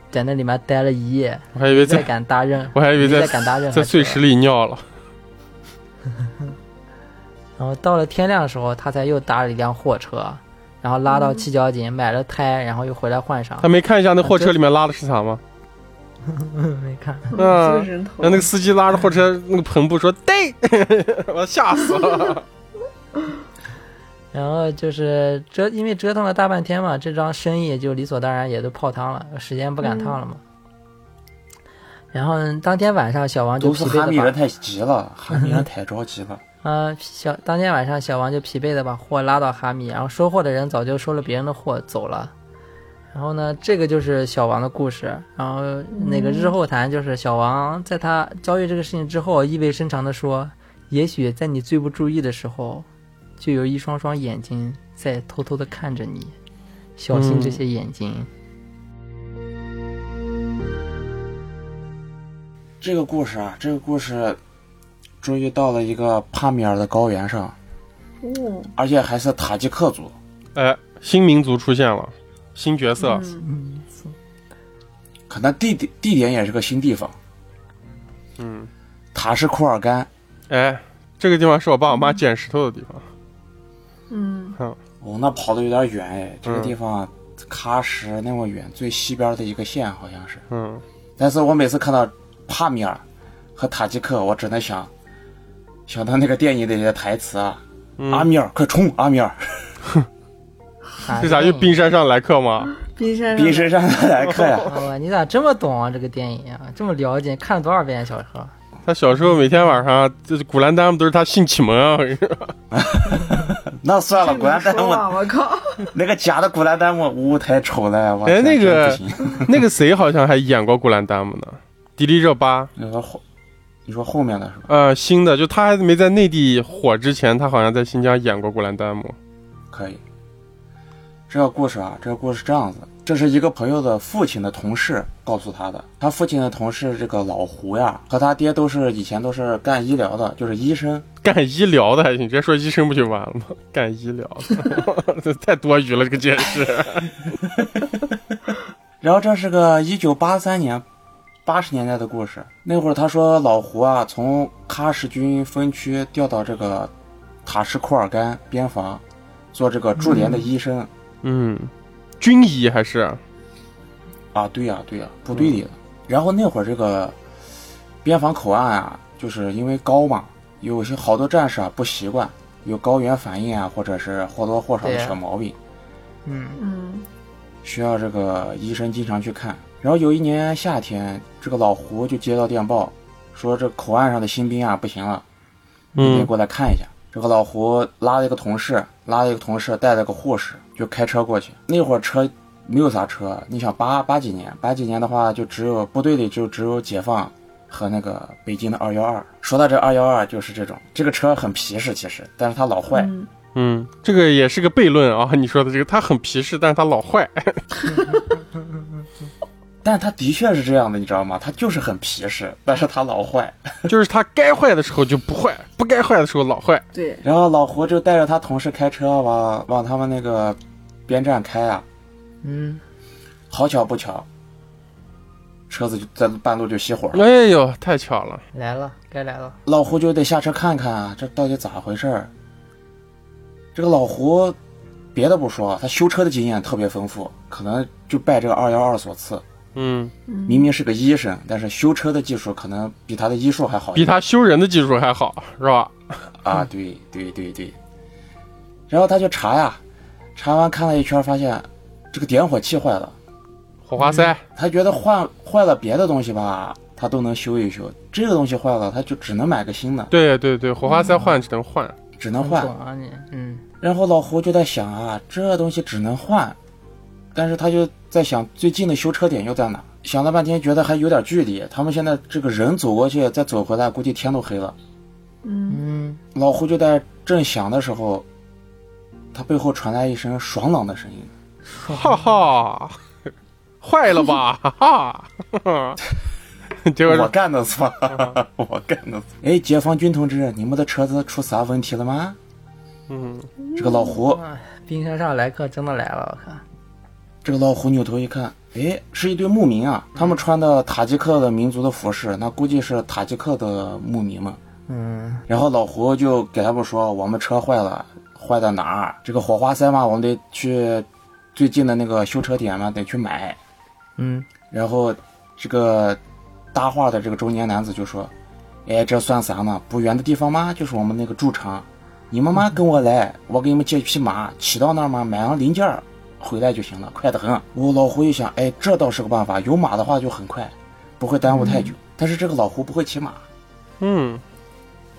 [SPEAKER 2] 在那里面待了一夜，
[SPEAKER 1] 我还以为
[SPEAKER 2] 没再
[SPEAKER 1] 在，
[SPEAKER 2] 敢搭任，
[SPEAKER 1] 我还以为
[SPEAKER 2] 没再
[SPEAKER 1] 在
[SPEAKER 2] 敢搭任何
[SPEAKER 1] 在碎
[SPEAKER 2] 车
[SPEAKER 1] 石里尿了。
[SPEAKER 2] 然后到了天亮的时候，他才又搭了一辆货车，然后拉到七角井、买了胎，然后又回来换上
[SPEAKER 1] 他。没看一下那货车里面拉的是啥吗？
[SPEAKER 2] *laughs* 没看，
[SPEAKER 3] 嗯
[SPEAKER 1] 啊
[SPEAKER 3] 这个人头
[SPEAKER 1] 然后那个司机拉着货车那个篷布说：“对， *laughs* 我吓死了。 *laughs*
[SPEAKER 2] 然后就是折，因为折腾了大半天嘛，这桩生意也就理所当然也都泡汤了，时间不赶趟了嘛。然后当天晚上，小王就
[SPEAKER 4] 都是
[SPEAKER 2] 疲
[SPEAKER 4] 哈密
[SPEAKER 2] 惫
[SPEAKER 4] 人
[SPEAKER 2] 的
[SPEAKER 4] 太急
[SPEAKER 1] *laughs*
[SPEAKER 4] 了，哈密人太着急了。
[SPEAKER 2] 把呃小当天晚上小王就疲惫的把货拉到哈密，然后收货的人早就收了别人的货走了。然后呢，这个就是小王的故事。然后那个日后谈就是小王在他遭遇这个事情之后，意味深长的说：“也许在你最不注意的时候，就有一双双眼睛在偷偷的看着你，小心这些眼睛。
[SPEAKER 4] 这个故事啊，这个故事终于到了一个帕米尔的高原上，
[SPEAKER 3] 哦，
[SPEAKER 4] 而且还是塔吉克族。”
[SPEAKER 1] 哎，新民族出现了，新角色。
[SPEAKER 3] 嗯
[SPEAKER 2] 嗯，
[SPEAKER 4] 可能地点地点也是个新地方，
[SPEAKER 1] 嗯，
[SPEAKER 4] 塔什库尔干。
[SPEAKER 1] 哎，这个地方是我爸我妈捡石头的地方。
[SPEAKER 3] 嗯
[SPEAKER 4] 哦，那跑的有点远哎，这个
[SPEAKER 1] 嗯
[SPEAKER 4] 地方喀什那么远最西边的一个县，好像是。
[SPEAKER 1] 嗯，
[SPEAKER 4] 但是我每次看到帕米尔和塔吉克，我只能想想到那个电影里的台词啊，
[SPEAKER 1] 嗯
[SPEAKER 4] 阿米尔快冲，阿米尔，
[SPEAKER 2] 啊
[SPEAKER 1] 这咋又？冰山上来客吗？
[SPEAKER 3] 冰山
[SPEAKER 4] *laughs*
[SPEAKER 3] 上
[SPEAKER 4] 冰山上的来客
[SPEAKER 2] *laughs*
[SPEAKER 4] 呀，
[SPEAKER 2] 这个哦你咋这么懂啊？这个电影啊，这么了解，看了多少遍小说？
[SPEAKER 1] 他小时候每天晚上，这古兰丹都是他性启蒙啊， *laughs* 我跟你说
[SPEAKER 4] 那算了，古兰丹
[SPEAKER 3] 这你说
[SPEAKER 4] *laughs* 我
[SPEAKER 3] 啊我靠，
[SPEAKER 4] 那个假的古兰丹我呜太丑了，我
[SPEAKER 1] 哎那个
[SPEAKER 4] 真不行 *laughs*
[SPEAKER 1] 那个谁好像还演过古兰丹姆呢，迪丽热巴。
[SPEAKER 4] 你说后你说后面的是吧？
[SPEAKER 1] 呃，新的就他还没在内地火之前，他好像在新疆演过《古兰丹姆》。
[SPEAKER 4] 可以。这个故事啊，这个故事是这样子，这是一个朋友的父亲的同事告诉他的。他父亲的同事这个老胡呀，和他爹都是以前都是干医疗的，就是医生。
[SPEAKER 1] 干医疗的，你直接说医生不就完了吗？干医疗的， *laughs* 这太多余了，这个解释。
[SPEAKER 4] 然后这是个一九八三年八十年代的故事。那会儿他说老胡啊，从喀什军分区调到这个塔什库尔干边防，做这个驻联的医生、
[SPEAKER 1] 嗯，军医还是
[SPEAKER 4] 啊。对呀、对呀、部队里的。然后那会儿这个边防口岸啊，就是因为高嘛，有些好多战士啊不习惯，有高原反应啊，或者是或多或少的
[SPEAKER 2] 对呀
[SPEAKER 4] 小毛病。
[SPEAKER 2] 嗯，
[SPEAKER 3] 嗯，
[SPEAKER 4] 需要这个医生经常去看。然后有一年夏天，这个老胡就接到电报，说这口岸上的新兵啊不行了，你得
[SPEAKER 1] 嗯
[SPEAKER 4] 过来看一下。这个老胡拉了一个同事，拉了一个同事带了个护士，就开车过去。那会儿车没有啥车，你想八八几年，八几年的话就只有部队里就只有解放和那个北京的二幺二。说到这二幺二，就是这种，这个车很皮实其实，但是它老坏。
[SPEAKER 3] 嗯
[SPEAKER 1] 嗯，这个也是个悖论啊！你说的这个，他很皮实，但是他老坏。 *laughs*
[SPEAKER 4] 但它的确是这样的，你知道吗？它就是很皮实，但是它老坏。
[SPEAKER 1] 就是他该坏的时候就不坏，不该坏的时候老坏。
[SPEAKER 3] 对，
[SPEAKER 4] 然后老胡就带着他同事开车往往他们那个边站开啊，
[SPEAKER 2] 嗯，
[SPEAKER 4] 好巧不巧，车子就在半路就熄火了，
[SPEAKER 1] 哎呦，太巧了！
[SPEAKER 2] 来了，该来了。
[SPEAKER 4] 老胡就得下车看看啊，这到底咋回事儿。这个老胡，别的不说，他修车的经验特别丰富，可能就拜这个二幺二所赐。
[SPEAKER 1] 嗯，
[SPEAKER 4] 明明是个医生，但是修车的技术可能比他的医术还好一
[SPEAKER 1] 比
[SPEAKER 4] 点。
[SPEAKER 1] 他修人的技术还好，是吧？
[SPEAKER 4] 啊，对对对对。然后他就查呀，查完看了一圈，发现这个点火器坏了。
[SPEAKER 1] 火花塞，
[SPEAKER 4] 他觉得换坏了别的东西吧，他都能修一修，这个东西坏了，他就只能买个新的，
[SPEAKER 1] 对对对，火花塞换只能换。
[SPEAKER 4] 只能
[SPEAKER 2] 你
[SPEAKER 4] 换。
[SPEAKER 2] 懂啊你？嗯，
[SPEAKER 4] 然后老胡就在想啊，这东西只能换，但是他就在想最近的修车点又在哪？想了半天，觉得还有点距离。他们现在这个人走过去再走回来，估计天都黑了。
[SPEAKER 3] 嗯
[SPEAKER 2] 嗯，
[SPEAKER 4] 老胡就在正想的时候，他背后传来一声爽朗的声音。
[SPEAKER 1] 哈哈，坏了吧？哈哈哈哈，结果
[SPEAKER 4] 我
[SPEAKER 1] 是
[SPEAKER 4] 干的错， *laughs* 我干的错。哎，解放军同志，你们的车子出啥问题了吗？
[SPEAKER 1] 嗯，
[SPEAKER 4] 这个老胡
[SPEAKER 2] 哇，冰山上来客真的来了，我靠！
[SPEAKER 4] 这个老虎扭头一看，哎，是一对牧民啊！他们穿的塔吉克的民族的服饰，那估计是塔吉克的牧民嘛。
[SPEAKER 2] 嗯，
[SPEAKER 4] 然后老胡就给他们说，我们车坏了，坏在哪儿？这个火花塞嘛，我们得去最近的那个修车点嘛，得去买。
[SPEAKER 2] 嗯，
[SPEAKER 4] 然后这个搭话的这个中年男子就说：“哎，这算啥呢？不远的地方吗？就是我们那个驻场。你们妈跟我来，我给你们借一匹马，骑到那儿嘛，买上零件儿，回来就行了，快得很。”啊我老胡一想，哎，这倒是个办法，有马的话就很快，不会耽误太久。但是这个老胡不会骑马，
[SPEAKER 1] 嗯，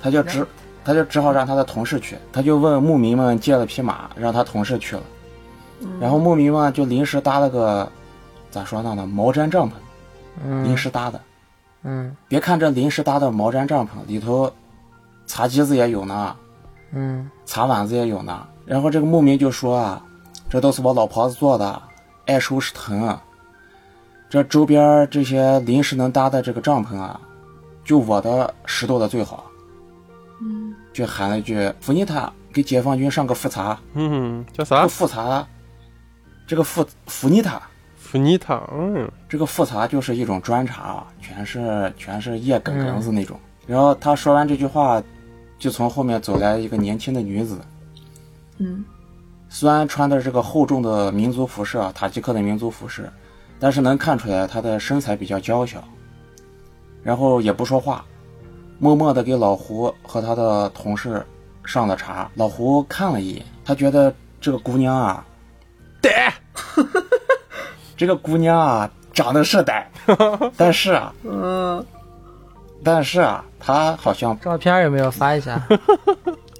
[SPEAKER 4] 他就只他就只好让他的同事去，他就问牧民们借了匹马，让他同事去了。然后牧民们就临时搭了个，咋说呢呢，毛毡帐篷。临
[SPEAKER 2] 嗯，
[SPEAKER 4] 时搭的。
[SPEAKER 2] 嗯，
[SPEAKER 4] 别看这临时搭的毛毡帐篷里头，茶几子也有呢，
[SPEAKER 2] 嗯，
[SPEAKER 4] 茶碗子也有呢。然后这个牧民就说啊，这都是我老婆子做的，爱收拾疼。这周边儿这些临时能搭的这个帐篷啊，就我的拾掇的最好。
[SPEAKER 3] 嗯，
[SPEAKER 4] 就喊了一句：“弗尼塔，给解放军上个复查。
[SPEAKER 1] 嗯，叫
[SPEAKER 4] 这
[SPEAKER 1] 啥
[SPEAKER 4] 个？复查，这个复弗尼塔，
[SPEAKER 1] 伏尼塔，嗯，
[SPEAKER 4] 这个复查就是一种砖茶啊，全是全是叶梗梗子那种。然后他说完这句话，就从后面走来一个年轻的女子，
[SPEAKER 3] 嗯
[SPEAKER 4] 虽然穿的这个厚重的民族服饰啊，塔吉克的民族服饰，但是能看出来他的身材比较娇小，然后也不说话，默默的给老胡和他的同事上了茶。老胡看了一眼，他觉得这个姑娘啊，
[SPEAKER 1] 得，
[SPEAKER 4] 这个姑娘啊长得是呆，但是啊，
[SPEAKER 3] 嗯，
[SPEAKER 4] 但是啊，她好像，
[SPEAKER 2] 照片有没有发一下？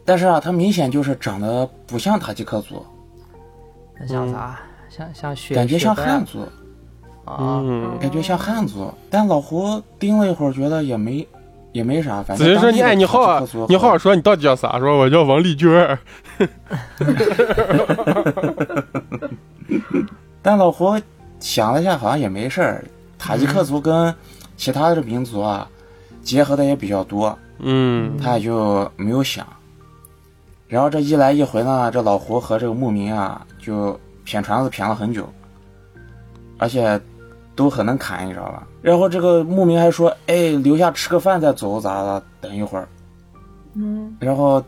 [SPEAKER 4] 但是啊，她明显就是长得不像塔吉克族，
[SPEAKER 2] 那像啥？像像啊雪，
[SPEAKER 4] 感觉像
[SPEAKER 2] 雪白
[SPEAKER 4] 汉族。
[SPEAKER 2] 啊，
[SPEAKER 1] 嗯，
[SPEAKER 4] 感觉像汉族，但老胡盯了一会儿，觉得也没也没啥，反
[SPEAKER 1] 子
[SPEAKER 4] 正
[SPEAKER 1] 云说
[SPEAKER 4] 当地
[SPEAKER 1] 你
[SPEAKER 4] 的
[SPEAKER 1] 哎，你好
[SPEAKER 4] 塔
[SPEAKER 1] 好
[SPEAKER 4] 吉克族
[SPEAKER 1] 你好好说，你到底叫啥？说我叫王丽娟儿。
[SPEAKER 4] 但老胡想了一下，好像也没事儿。塔吉克族跟其他的民族啊，结合的也比较多，
[SPEAKER 1] 嗯
[SPEAKER 4] 他也就没有想。然后这一来一回呢，这老胡和这个牧民啊，就谝传子谝了很久，而且都很能侃，你知道吧？然后这个牧民还说：“哎，留下吃个饭再走，咋的？等一会儿。”
[SPEAKER 3] 嗯，
[SPEAKER 4] 然后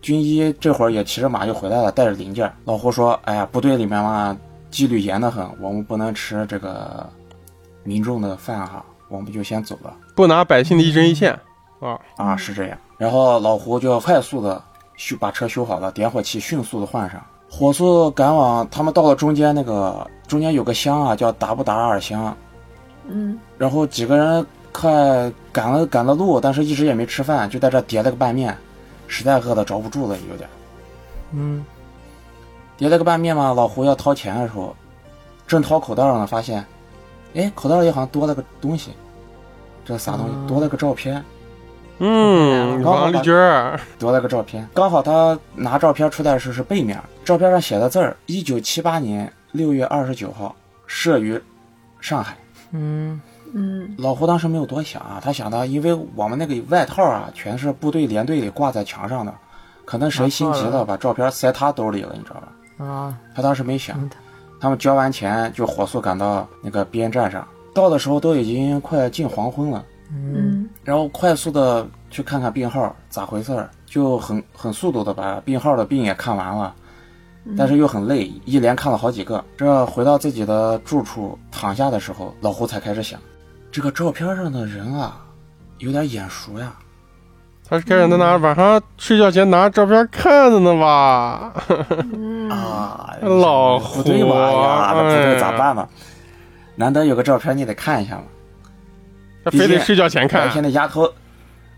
[SPEAKER 4] 军医这会儿也骑着马就回来了，带着零件儿。老胡说：“哎呀，部队里面嘛，纪律严得很，我们不能吃这个民众的饭哈，我们就先走了。
[SPEAKER 1] 不拿百姓的一针一线啊，”
[SPEAKER 4] 啊，是这样。然后老胡就快速的修把车修好了，点火器迅速的换上，火速赶往他们到了中间那个中间有个乡啊，叫达布达尔乡。
[SPEAKER 3] 嗯，
[SPEAKER 4] 然后几个人快赶了赶了路，但是一直也没吃饭，就在这叠了个拌面，实在饿得着不住了，有点。
[SPEAKER 2] 嗯，
[SPEAKER 4] 叠了个拌面嘛，老胡要掏钱的时候，正掏口袋呢，发现，哎，口袋里好像多了个东西，这啥东
[SPEAKER 2] 啊
[SPEAKER 4] 西？多了个照片，
[SPEAKER 1] 嗯，王丽娟儿，
[SPEAKER 4] 多了个照片。刚好他拿照片出来的时候是背面，照片上写的字儿：一九七八年六月二十九号，摄于上海。
[SPEAKER 2] 嗯，
[SPEAKER 3] 嗯，
[SPEAKER 4] 老胡当时没有多想啊，他想到，因为我们那个外套啊，全是部队连队里挂在墙上的，可能谁心急
[SPEAKER 2] 拿错
[SPEAKER 4] 了，
[SPEAKER 2] 了
[SPEAKER 4] 把照片塞他兜里了，你知道吧？
[SPEAKER 2] 啊，
[SPEAKER 4] 他当时没想
[SPEAKER 2] 嗯，
[SPEAKER 4] 他们交完钱就火速赶到那个边站上，到的时候都已经快近黄昏了，
[SPEAKER 2] 嗯，
[SPEAKER 3] 嗯，
[SPEAKER 4] 然后快速的去看看病号咋回事儿，就很很速度的把病号的病也看完了，
[SPEAKER 3] 嗯
[SPEAKER 4] 但是又很累，一连看了好几个。这回到自己的住处躺下的时候，老胡才开始想，这个照片上的人啊，有点眼熟呀。
[SPEAKER 1] 他是开始在那
[SPEAKER 4] 嗯
[SPEAKER 1] 晚上睡觉前拿照片看的呢吧？
[SPEAKER 3] 嗯
[SPEAKER 4] 啊，
[SPEAKER 1] 老
[SPEAKER 4] 不对吧？哎呀，那不
[SPEAKER 1] 哎
[SPEAKER 4] 对
[SPEAKER 1] 呀
[SPEAKER 4] 咋办呢？难得有个照片，你得看一下嘛。
[SPEAKER 1] 他非
[SPEAKER 4] 毕
[SPEAKER 1] 得
[SPEAKER 4] 竟
[SPEAKER 1] 睡觉前
[SPEAKER 4] 白
[SPEAKER 1] 看。
[SPEAKER 4] 天的丫头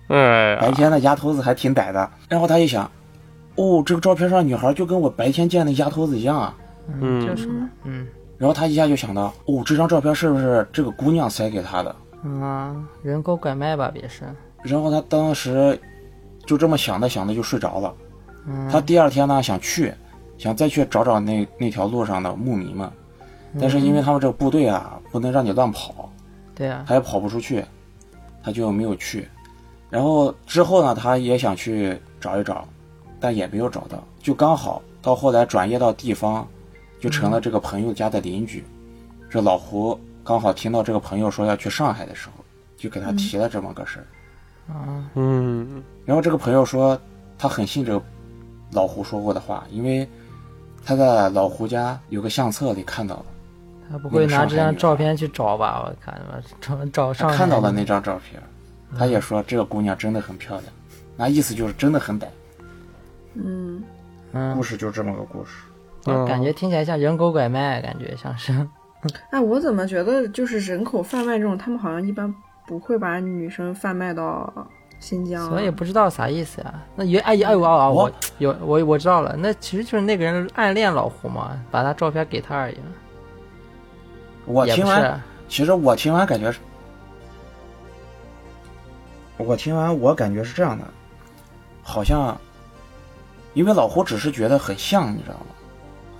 [SPEAKER 1] 哎
[SPEAKER 4] 白
[SPEAKER 1] 呀，
[SPEAKER 4] 天的丫头子还挺歹的。然后他一想，哦，这个照片上女孩就跟我白天见的丫头子一样啊。
[SPEAKER 1] 嗯
[SPEAKER 2] 就是嘛，嗯，
[SPEAKER 4] 然后他一下就想到，哦，这张照片是不是这个姑娘塞给他的？
[SPEAKER 2] 啊，人狗拐卖吧，别是，
[SPEAKER 4] 然后他当时就这么想着想着就睡着了。
[SPEAKER 2] 嗯，
[SPEAKER 4] 他第二天呢想去，想再去找找那那条路上的牧民们，但是因为他们这个部队啊，不能让你乱跑，
[SPEAKER 2] 对啊，
[SPEAKER 4] 他也跑不出去，他就没有去。然后之后呢，他也想去找一找，但也没有找到，就刚好到后来转业到地方，就成了这个朋友家的邻居。这老胡刚好听到这个朋友说要去上海的时候，就给他提了这么个事儿。
[SPEAKER 2] 啊，
[SPEAKER 1] 嗯，
[SPEAKER 4] 然后这个朋友说，他很信这个老胡说过的话，因为他在老胡家有个相册里看到了，
[SPEAKER 2] 他不会拿这张照片去找吧？我看吧，找找上
[SPEAKER 4] 他
[SPEAKER 2] 海
[SPEAKER 4] 看到了那张照片，他也说这个姑娘真的很漂亮，那意思就是真的很歹。
[SPEAKER 3] 嗯，
[SPEAKER 2] 嗯
[SPEAKER 4] 故，事就这么个故事。
[SPEAKER 1] 嗯
[SPEAKER 2] 感觉听起来像人狗拐卖，感觉像是，
[SPEAKER 3] 哎，我怎么觉得就是人口贩卖这种，他们好像一般不会把女生贩卖到新疆啊，
[SPEAKER 2] 所以
[SPEAKER 4] 嗯
[SPEAKER 2] 不知道啥意思呀。那原哎哎我啊我有我我知道了，那其实就是那个人暗恋老胡嘛，把他照片给他而已，
[SPEAKER 4] 我
[SPEAKER 2] 也
[SPEAKER 4] 听
[SPEAKER 2] 不
[SPEAKER 4] 完，
[SPEAKER 2] 是，
[SPEAKER 4] 其实我听完感觉是，我听完我感觉是这样的，好像，因为老胡只是觉得很像，你知道吗？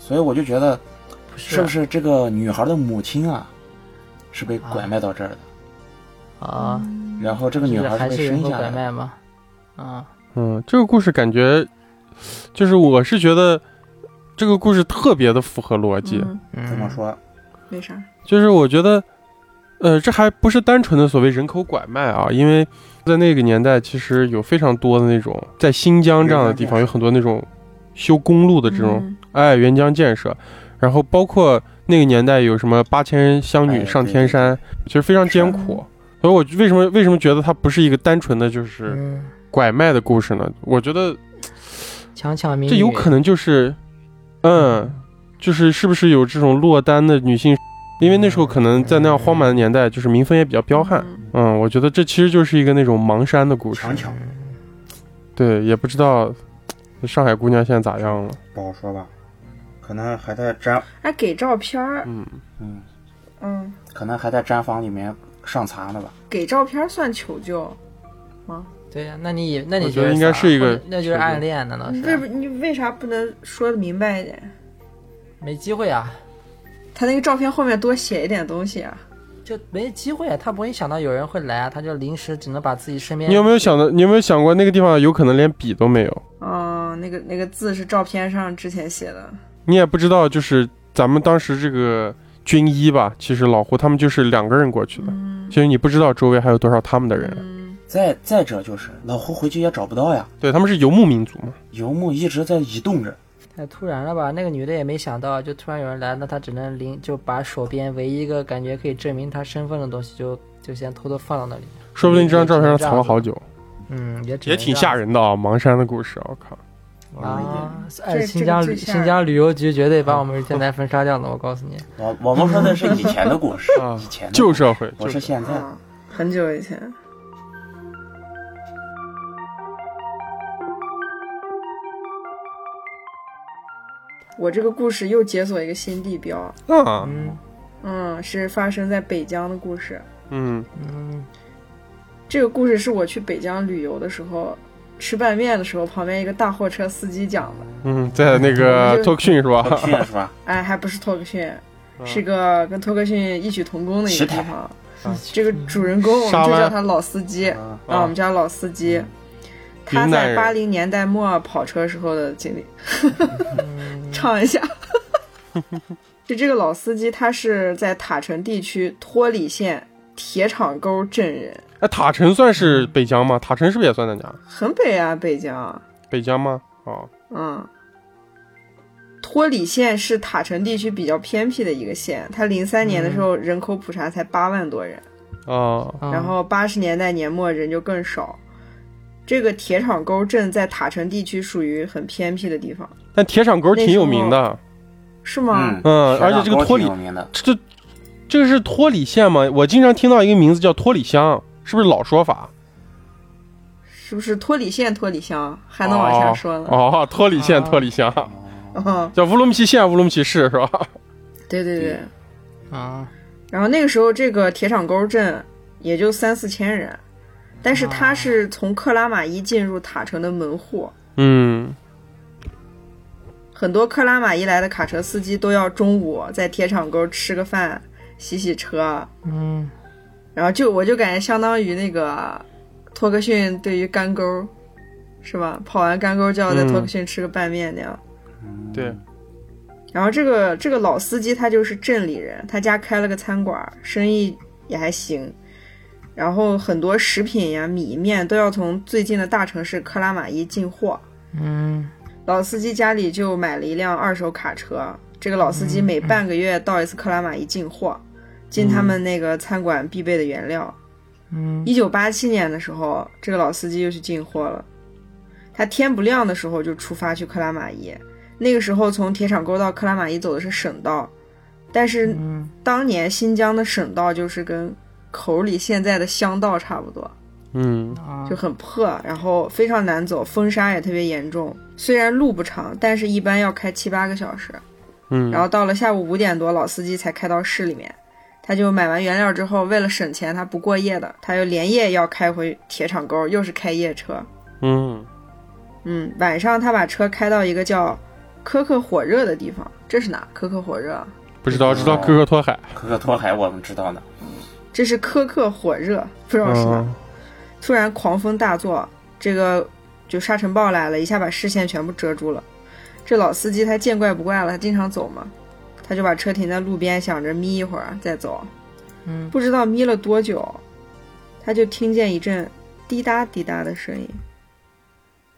[SPEAKER 4] 所以我就觉得，
[SPEAKER 2] 不啊
[SPEAKER 4] 是不是这个女孩的母亲啊，是被拐卖到这儿的？
[SPEAKER 2] 啊？
[SPEAKER 4] 然后这个
[SPEAKER 2] 就
[SPEAKER 4] 女
[SPEAKER 2] 是
[SPEAKER 4] 孩
[SPEAKER 2] 还
[SPEAKER 4] 被
[SPEAKER 2] 是人
[SPEAKER 4] 生
[SPEAKER 2] 口
[SPEAKER 4] 下
[SPEAKER 2] 拐
[SPEAKER 4] 来的。
[SPEAKER 2] 卖吗？啊，
[SPEAKER 1] 嗯，这个故事感觉，就是我是觉得这个故事特别的符合逻辑，
[SPEAKER 3] 嗯，
[SPEAKER 4] 怎么说？
[SPEAKER 3] 没啥，
[SPEAKER 1] 就是我觉得，呃，这还不是单纯的所谓人口拐卖啊，因为在那个年代，其实有非常多的那种在新疆这样的地方，有很多那种修公路的这种
[SPEAKER 3] 嗯
[SPEAKER 1] 哎，援疆建设，然后包括那个年代有什么八千乡
[SPEAKER 4] 哎
[SPEAKER 1] 女
[SPEAKER 4] 对
[SPEAKER 1] 上
[SPEAKER 4] 对
[SPEAKER 1] 天山，其实非常艰苦。所以我为什么为什么觉得它不是一个单纯的就是
[SPEAKER 2] 嗯，
[SPEAKER 1] 拐卖的故事呢？我觉得
[SPEAKER 2] 强抢民
[SPEAKER 1] 这有可能就是，嗯，就是是不是有这种落单的女性？因为那时候可能在那样荒蛮的年代，就是民风也比较彪悍。
[SPEAKER 3] 嗯
[SPEAKER 1] 嗯，我觉得这其实就是一个那种盲山的
[SPEAKER 2] 嗯
[SPEAKER 1] 故事。
[SPEAKER 4] 强抢，
[SPEAKER 1] 对，也不知道上海姑娘现在咋样了。
[SPEAKER 4] 不好说吧，可能还在毡，
[SPEAKER 3] 哎，给照片儿，
[SPEAKER 1] 嗯，
[SPEAKER 4] 嗯，
[SPEAKER 3] 嗯，
[SPEAKER 4] 可能还在毡房里面上茶呢吧。
[SPEAKER 3] 给照片儿算求救，
[SPEAKER 2] 啊对呀、那你以那你
[SPEAKER 1] 我觉得
[SPEAKER 2] 是
[SPEAKER 1] 应该
[SPEAKER 2] 啥
[SPEAKER 1] 是一个
[SPEAKER 2] 或者那就是暗恋，难道
[SPEAKER 3] 你为
[SPEAKER 2] 是？啊
[SPEAKER 3] 你为啥不能说的明白一点？
[SPEAKER 2] 没机会啊，
[SPEAKER 3] 他那个照片后面多写一点东西啊？
[SPEAKER 2] 就没机会啊，他不会想到有人会来啊，他就临时只能把自己身边
[SPEAKER 1] 你有没有想到？你有没有想过那个地方有可能连笔都没有？
[SPEAKER 3] 哦，那个那个字是照片上之前写的，
[SPEAKER 1] 你也不知道，就是咱们当时这个军医吧，其实老胡他们就是两个人过去的，其实你不知道周围还有多少他们的人。
[SPEAKER 3] 嗯，
[SPEAKER 4] 再再者就是老胡回去也找不到呀，
[SPEAKER 1] 对，他们是游牧民族嘛。
[SPEAKER 4] 游牧一直在移动着。
[SPEAKER 2] 太突然了吧？那个女的也没想到，就突然有人来，那她只能临就把手边唯一一个感觉可以证明她身份的东西就，就先偷偷放到那里。
[SPEAKER 1] 说不定这张照片上藏了好久，
[SPEAKER 2] 嗯，也只
[SPEAKER 1] 也
[SPEAKER 2] 能
[SPEAKER 1] 挺
[SPEAKER 2] 这
[SPEAKER 1] 吓
[SPEAKER 2] 样
[SPEAKER 1] 人的啊！盲山的故事，我靠，
[SPEAKER 2] 啊！
[SPEAKER 3] 这
[SPEAKER 2] 哎，
[SPEAKER 3] 个
[SPEAKER 2] 新疆
[SPEAKER 3] 最
[SPEAKER 2] 旅
[SPEAKER 3] 吓
[SPEAKER 2] 新
[SPEAKER 3] 人
[SPEAKER 2] 疆旅游局绝对把我们电台分杀掉了，我告诉你。
[SPEAKER 4] 我我们说的是以前的故事
[SPEAKER 1] *laughs* 啊，
[SPEAKER 4] 以前的
[SPEAKER 1] 旧
[SPEAKER 4] 故事
[SPEAKER 1] 社会，
[SPEAKER 4] 不
[SPEAKER 1] 旧社
[SPEAKER 4] 是
[SPEAKER 1] 会
[SPEAKER 4] 现在。
[SPEAKER 3] 啊，很久以前，我这个故事又解锁一个新地标，
[SPEAKER 1] 啊，
[SPEAKER 2] *laughs* 嗯
[SPEAKER 3] 嗯，是发生在北疆的故事。
[SPEAKER 1] 嗯，
[SPEAKER 2] 嗯，
[SPEAKER 3] 这个故事是我去北疆旅游的时候，吃拌面的时候，旁边一个大货车司机讲的。
[SPEAKER 1] 嗯，在那个
[SPEAKER 3] 就
[SPEAKER 1] 托克逊是吧？
[SPEAKER 4] 我去了是
[SPEAKER 3] *laughs*
[SPEAKER 4] 吧？
[SPEAKER 3] 哎，还不是托克逊，是个跟托克逊异曲同工的一个地方。
[SPEAKER 2] 啊
[SPEAKER 3] 这个主人公我们
[SPEAKER 1] 沙
[SPEAKER 3] 就
[SPEAKER 1] 湾
[SPEAKER 3] 叫他老司机
[SPEAKER 4] 嗯
[SPEAKER 3] 啊，我们叫他老司机。他
[SPEAKER 1] 嗯云南
[SPEAKER 3] 在
[SPEAKER 1] 人
[SPEAKER 3] 八零年代末跑车时候的经历，
[SPEAKER 1] 嗯
[SPEAKER 3] *laughs* 唱一下。就这个老司机，他是在塔城地区托里县铁厂沟镇人，
[SPEAKER 1] 哎，塔城算是北疆吗？塔城是不是也算咱家？
[SPEAKER 3] 很北啊，北疆。
[SPEAKER 1] 北疆吗？哦，
[SPEAKER 3] 嗯，托里县是塔城地区比较偏僻的一个县，它零三年的
[SPEAKER 1] 嗯
[SPEAKER 3] 时候人口普查才八万多人，
[SPEAKER 1] 啊，
[SPEAKER 2] 啊
[SPEAKER 3] 然后八十年代年末人就更少。这个铁厂沟镇在塔城地区属于很偏僻的地方，
[SPEAKER 1] 但铁厂沟挺有名的，
[SPEAKER 3] 是吗？
[SPEAKER 1] 嗯
[SPEAKER 4] 雪
[SPEAKER 1] 而且
[SPEAKER 4] 浪
[SPEAKER 1] 这个
[SPEAKER 4] 沟
[SPEAKER 1] 脱
[SPEAKER 4] 挺
[SPEAKER 1] 离
[SPEAKER 4] 有名的，
[SPEAKER 1] 这这个是托里县吗？我经常听到一个名字叫托里乡，是不是老说法？
[SPEAKER 3] 是不是托里县托里乡？还能往下说呢？
[SPEAKER 1] 哦，哦托里县
[SPEAKER 2] 啊
[SPEAKER 1] 托里乡
[SPEAKER 3] 嗯，
[SPEAKER 1] 叫乌鲁木齐县乌鲁木齐市是吧？
[SPEAKER 3] 对对对
[SPEAKER 1] 嗯
[SPEAKER 4] 对。
[SPEAKER 2] 啊，
[SPEAKER 3] 然后那个时候，这个铁厂沟镇也就三四千人，但是
[SPEAKER 1] 哦
[SPEAKER 3] 他是从克拉玛依进入塔城的门户，
[SPEAKER 1] 嗯，
[SPEAKER 3] 很多克拉玛依来的卡车司机都要中午在铁厂沟吃个饭、洗洗车，
[SPEAKER 2] 嗯，
[SPEAKER 3] 然后就我就感觉相当于那个托克逊对于干沟，是吧？跑完干沟就要在
[SPEAKER 1] 嗯
[SPEAKER 3] 托克逊吃个拌面那样。
[SPEAKER 1] 对，
[SPEAKER 3] 然后这个这个老司机他就是镇里人，他家开了个餐馆，生意也还行。然后很多食品呀、米面都要从最近的大城市克拉玛依进货。
[SPEAKER 2] 嗯，
[SPEAKER 3] 老司机家里就买了一辆二手卡车，这个老司
[SPEAKER 2] 嗯
[SPEAKER 3] 机每半个月到一次克拉玛依进货，进他们那个餐馆必备的原料。
[SPEAKER 2] 嗯，
[SPEAKER 3] 一九八七年的时候，这个老司机又去进货了。他天不亮的时候就出发去克拉玛依，那个时候从铁厂沟到克拉玛依走的是省道，但是
[SPEAKER 2] 嗯
[SPEAKER 3] 当年新疆的省道就是跟口里现在的乡道差不多，
[SPEAKER 1] 嗯，
[SPEAKER 2] 啊
[SPEAKER 3] 就，很破，然后非常难走，风沙也特别严重。虽然路不长，但是一般要开七八个小时。
[SPEAKER 1] 嗯
[SPEAKER 3] 然后到了下午五点多，老司机才开到市里面。他就买完原料之后，为了省钱，他不过夜的，他又连夜要开回铁厂沟，又是开夜车。
[SPEAKER 1] 嗯，
[SPEAKER 3] 嗯，晚上他把车开到一个叫科克火热的地方，这是哪？科克火热啊，
[SPEAKER 1] 不知道，知道哥哥托海，
[SPEAKER 4] 可可托海我们知道的，
[SPEAKER 3] 这是科克火热，不知道是哪。
[SPEAKER 1] 嗯，
[SPEAKER 3] 突然狂风大作，这个就沙尘暴来了，一下把视线全部遮住了。这老司机他见怪不怪了，他经常走嘛，他就把车停在路边，想着眯一会儿再走。
[SPEAKER 2] 嗯
[SPEAKER 3] 不知道眯了多久，他就听见一阵滴答滴答的声音。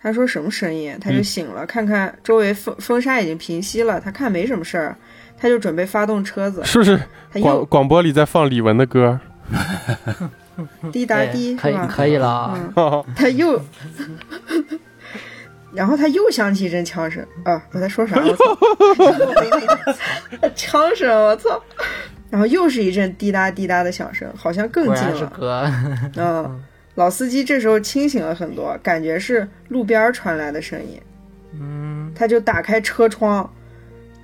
[SPEAKER 3] 他说什么声音？啊他就
[SPEAKER 2] 嗯
[SPEAKER 3] 醒了，看看周围风风沙已经平息了，他看没什么事儿，他就准备发动车子，
[SPEAKER 1] 是不是
[SPEAKER 3] 他
[SPEAKER 1] 广
[SPEAKER 3] 又
[SPEAKER 1] 广播里在放李玟的歌？
[SPEAKER 3] 滴答滴，
[SPEAKER 2] 哎可以
[SPEAKER 3] 是吧
[SPEAKER 2] 可以了啊，
[SPEAKER 3] 嗯，
[SPEAKER 1] 哈哈
[SPEAKER 3] 他又， *laughs* 然后他又响起一阵枪声啊！我在说啥？我
[SPEAKER 2] *laughs*
[SPEAKER 3] 操！枪声，我操！然后又是一阵滴答滴答的响声，好像更
[SPEAKER 2] 果
[SPEAKER 3] 近
[SPEAKER 2] 然是
[SPEAKER 3] 了。
[SPEAKER 2] 哥， *laughs*
[SPEAKER 3] 嗯，老司机这时候清醒了很多，感觉是路边传来的声音。
[SPEAKER 2] 嗯，
[SPEAKER 3] 他就打开车窗，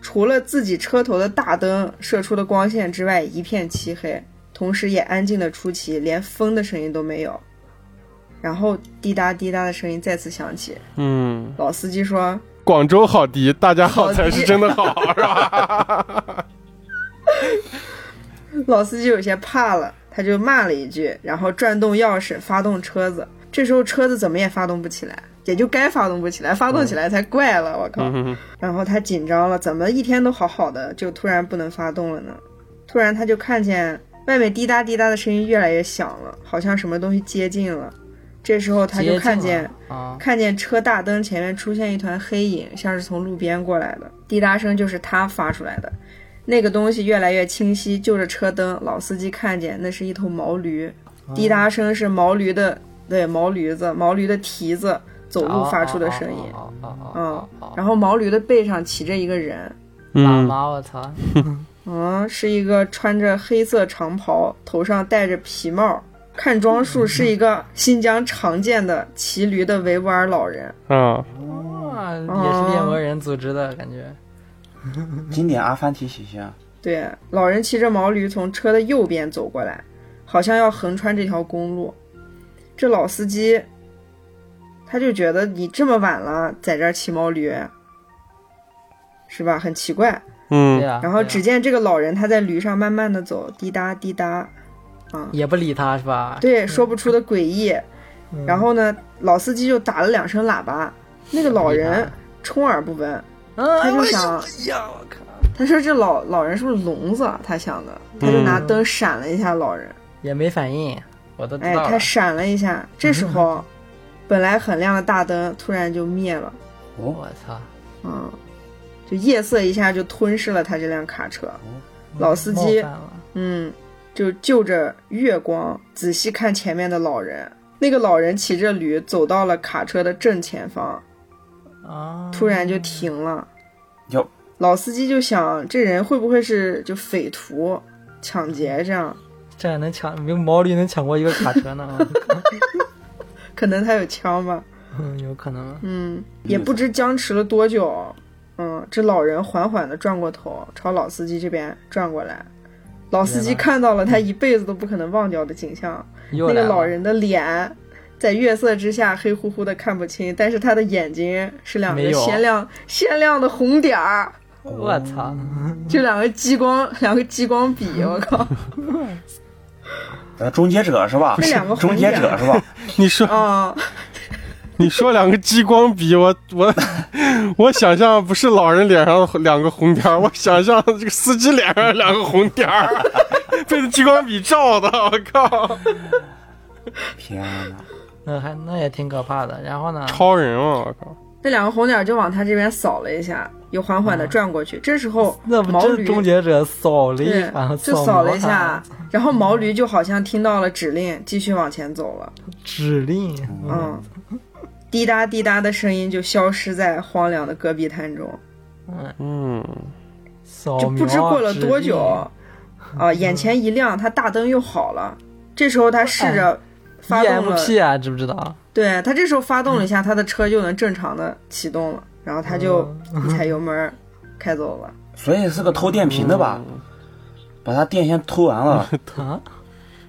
[SPEAKER 3] 除了自己车头的大灯射出的光线之外，一片漆黑，同时也安静的出奇，连风的声音都没有。然后滴答滴答的声音再次响起。
[SPEAKER 1] 嗯，
[SPEAKER 3] 老司机说
[SPEAKER 1] 广州好迪，大家好
[SPEAKER 3] 好迪
[SPEAKER 1] 才是真的
[SPEAKER 3] *laughs*
[SPEAKER 1] 好，是吧？：“
[SPEAKER 3] 老司机有些怕了，他就骂了一句，然后转动钥匙发动车子。这时候车子怎么也发动不起来，也就该发动不起来，发动起来才怪了。我靠！
[SPEAKER 1] 嗯
[SPEAKER 3] *laughs* 然后他紧张了，怎么一天都好好的，就突然不能发动了呢？突然他就看见外面滴答滴答的声音越来越响了，好像什么东西接近了。这时候他就看见
[SPEAKER 2] 啊，
[SPEAKER 3] 看见车大灯前面出现一团黑影，像是从路边过来的，滴答声就是他发出来的。那个东西越来越清晰，就着车灯，老司机看见那是一头毛驴，滴答声是毛驴的，对，毛驴子，毛驴的蹄子走
[SPEAKER 2] 啊
[SPEAKER 3] 路发出的声音。
[SPEAKER 2] 哦，
[SPEAKER 3] 嗯
[SPEAKER 2] 哦哦，
[SPEAKER 3] 然后毛驴的背上骑着一个人，
[SPEAKER 2] 老
[SPEAKER 1] 嗯
[SPEAKER 2] 妈，我操，
[SPEAKER 3] 嗯，是一个穿着黑色长袍、头上戴着皮帽、看装束是一个新疆常见的骑驴的维吾尔老人。
[SPEAKER 1] 啊，
[SPEAKER 3] 哦
[SPEAKER 2] 哇，也是猎魔人组织的感觉，
[SPEAKER 4] 经典阿凡提啊形象，
[SPEAKER 3] 对，老人骑着毛驴从车的右边走过来，好像要横穿这条公路。这老司机，他就觉得你这么晚了在这儿骑毛驴，是吧？很奇怪。
[SPEAKER 2] 对
[SPEAKER 1] 嗯，
[SPEAKER 2] 呀，
[SPEAKER 3] 然后
[SPEAKER 2] 啊对啊呀
[SPEAKER 3] 只见这个老人他在驴上慢慢的走，滴答滴答，
[SPEAKER 2] 也不理啊他是吧？
[SPEAKER 3] 对，说不出的诡异。
[SPEAKER 2] 嗯，
[SPEAKER 3] 然后呢，老司机就打了两声喇叭，那个老人充耳不闻，
[SPEAKER 2] 嗯，
[SPEAKER 3] 他
[SPEAKER 2] 哎
[SPEAKER 3] 就
[SPEAKER 2] 我
[SPEAKER 3] 想，
[SPEAKER 2] 呀，我靠，
[SPEAKER 3] 他说这老老人是不是聋子啊？他想的，他就拿
[SPEAKER 2] 嗯
[SPEAKER 3] 灯闪了一下老人，
[SPEAKER 2] 也没反应，我都知
[SPEAKER 3] 哎，
[SPEAKER 2] 道
[SPEAKER 3] 他
[SPEAKER 2] 了，嗯
[SPEAKER 3] 闪了一下，这时候本来很亮的大灯突然就灭了，
[SPEAKER 4] 哦，
[SPEAKER 2] 我操，
[SPEAKER 3] 嗯，就夜色一下就吞噬了他这辆卡车，老司
[SPEAKER 2] 哦冒
[SPEAKER 3] 机
[SPEAKER 2] 犯了
[SPEAKER 3] 嗯，就就着月光仔细看前面的老人。那个老人骑着驴走到了卡车的正前方，
[SPEAKER 2] 啊，
[SPEAKER 3] 突然就停了。
[SPEAKER 2] 嗯
[SPEAKER 4] 哟，
[SPEAKER 3] 老司机就想，这人会不会是就匪徒、抢劫这样？
[SPEAKER 2] 这样能抢，没有毛驴能抢过一个卡车 *laughs* 呢，
[SPEAKER 3] 可能他有枪吧。
[SPEAKER 2] 嗯，有可能，
[SPEAKER 3] 嗯，也不知僵持了多久。嗯，这老人缓缓地转过头，朝老司机这边转过来。老司机
[SPEAKER 2] 原来嗯
[SPEAKER 3] 看到了他一辈子都不可能忘掉的景象，
[SPEAKER 2] 又
[SPEAKER 3] 那
[SPEAKER 2] 来
[SPEAKER 3] 个
[SPEAKER 2] 了
[SPEAKER 3] 老人的脸在月色之下黑乎乎的看不清，但是他的眼睛是两
[SPEAKER 2] 没
[SPEAKER 3] 个
[SPEAKER 2] 有
[SPEAKER 3] 鲜亮鲜亮的红点儿，
[SPEAKER 2] 我操，
[SPEAKER 3] 就两个激光，两个激光笔，我
[SPEAKER 2] *laughs*
[SPEAKER 3] 靠！
[SPEAKER 4] 呃，终结者是吧？
[SPEAKER 3] 那两个
[SPEAKER 4] *laughs* 终结者是吧？
[SPEAKER 1] 你说
[SPEAKER 3] 啊、
[SPEAKER 1] 你说两个激光笔，我我我想象不是老人脸上两个红点儿，我想象这个司机脸上两个红点儿，被激光笔照的，我靠，
[SPEAKER 4] 天啊哪，
[SPEAKER 2] 那还那也挺可怕的。然后呢，
[SPEAKER 1] 超人嘛，我靠，
[SPEAKER 3] 那两个红点儿就往他这边扫了一下，又缓
[SPEAKER 2] 嗯
[SPEAKER 3] 缓的转过去。这时候
[SPEAKER 2] 那不
[SPEAKER 3] 毛
[SPEAKER 2] 真
[SPEAKER 3] 驴
[SPEAKER 2] 终结者啊扫啊了一
[SPEAKER 3] 对
[SPEAKER 2] 下，
[SPEAKER 3] 就扫了一下，然后毛驴就好像听到了指令，继续往前走了。
[SPEAKER 2] 指令，
[SPEAKER 3] 嗯，滴答滴答的声音就消失在荒凉的戈壁滩中。
[SPEAKER 2] 嗯，
[SPEAKER 1] 嗯，
[SPEAKER 2] 扫
[SPEAKER 3] 就
[SPEAKER 2] 哦描啊
[SPEAKER 3] 不知过了多久，
[SPEAKER 2] 指 *laughs*
[SPEAKER 3] 啊、眼前一亮，他大灯又好了。这时
[SPEAKER 2] 哎
[SPEAKER 3] 候他试着发
[SPEAKER 2] 令
[SPEAKER 3] 动了，
[SPEAKER 2] EMP 啊，知不知道？
[SPEAKER 3] 对他这时候发动了
[SPEAKER 2] *laughs*
[SPEAKER 3] 一下，他的车就能正常的启动了。然后他就
[SPEAKER 2] 哦
[SPEAKER 3] 一踩油门儿开
[SPEAKER 1] *laughs*
[SPEAKER 3] 走了。
[SPEAKER 4] 所以是个偷电瓶的吧？
[SPEAKER 1] 嗯
[SPEAKER 4] 把他电线偷完
[SPEAKER 1] *laughs*
[SPEAKER 4] 了，
[SPEAKER 2] 啊，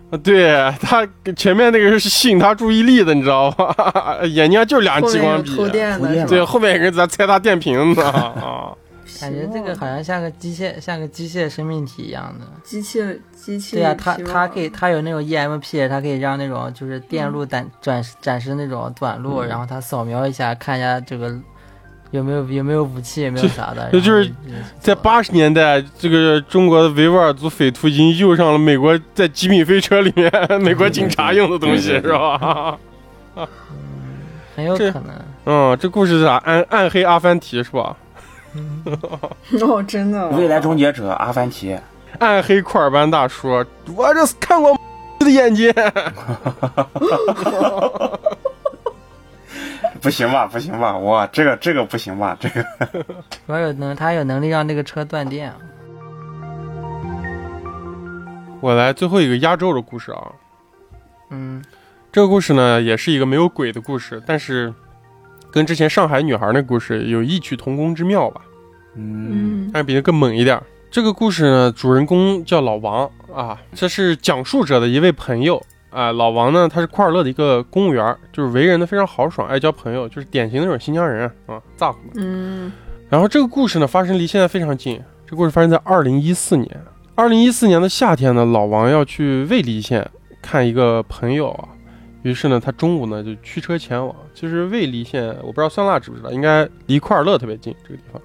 [SPEAKER 1] 啊对他前面那个是吸引他注意力的，你知道吧？ *laughs* 眼睛就俩
[SPEAKER 3] 后
[SPEAKER 1] 激
[SPEAKER 3] 面有
[SPEAKER 1] 光
[SPEAKER 3] 偷
[SPEAKER 1] 笔，
[SPEAKER 3] 电
[SPEAKER 2] 啊
[SPEAKER 4] 偷
[SPEAKER 3] 的
[SPEAKER 4] 电
[SPEAKER 3] 是吧，
[SPEAKER 1] 对，后面有个人在拆他电瓶呢，啊，
[SPEAKER 2] 感觉
[SPEAKER 3] 哦
[SPEAKER 2] 这个好像像个机械，像个机械生命体一样的。
[SPEAKER 3] 机器机器
[SPEAKER 2] 对呀、啊它
[SPEAKER 3] 希望
[SPEAKER 2] 它可以，它有那种 E EMP，它可以让那种就是电路展转展示那种短
[SPEAKER 1] 嗯
[SPEAKER 2] 路，然后它扫描一下，看一下这个有没有有没有武器，有没有啥的。
[SPEAKER 1] 这就是
[SPEAKER 2] 然后就
[SPEAKER 1] 在八十年代，这个中国的维吾尔族匪徒已经用上了美国在《极品飞车》里 *laughs* 面美国警察用的东西，是
[SPEAKER 4] 对对对
[SPEAKER 1] 吧？
[SPEAKER 2] 很有
[SPEAKER 1] 这
[SPEAKER 2] 可能，
[SPEAKER 1] *laughs* 嗯，这故事是啥？暗暗黑阿凡提是吧？
[SPEAKER 3] *laughs* 哦，真的，
[SPEAKER 4] 未来终结者阿凡提，
[SPEAKER 1] 暗黑库尔班大叔，我这是看过的眼睛。
[SPEAKER 4] 不行吧，不行吧，哇，这个这个不行吧，这个
[SPEAKER 2] 主要有能，他有能力让这个车断电。啊
[SPEAKER 1] 我来最后一个压轴的故事啊，
[SPEAKER 2] 嗯，
[SPEAKER 1] 这个故事呢也是一个没有鬼的故事，但是跟之前上海女孩那故事有异曲同工之妙吧。
[SPEAKER 4] 嗯
[SPEAKER 3] 嗯，
[SPEAKER 1] 但是比这更猛一点儿。这个故事呢，主人公叫老王啊，这是讲述者的一位朋友啊。老王呢，他是库尔勒的一个公务员儿，就是为人呢非常豪爽，爱交朋友，就是典型的那种新疆人啊，啊咋呼嘛。
[SPEAKER 3] 嗯，
[SPEAKER 1] 然后这个故事呢，发生离现在非常近。这故事发生在二零一四年，二零一四年的夏天呢，老王要去尉犁县看一个朋友啊，于是呢，他中午呢就驱车前往。其实尉犁县，我不知道酸辣知不知道，应该离库尔勒特别近这个地方。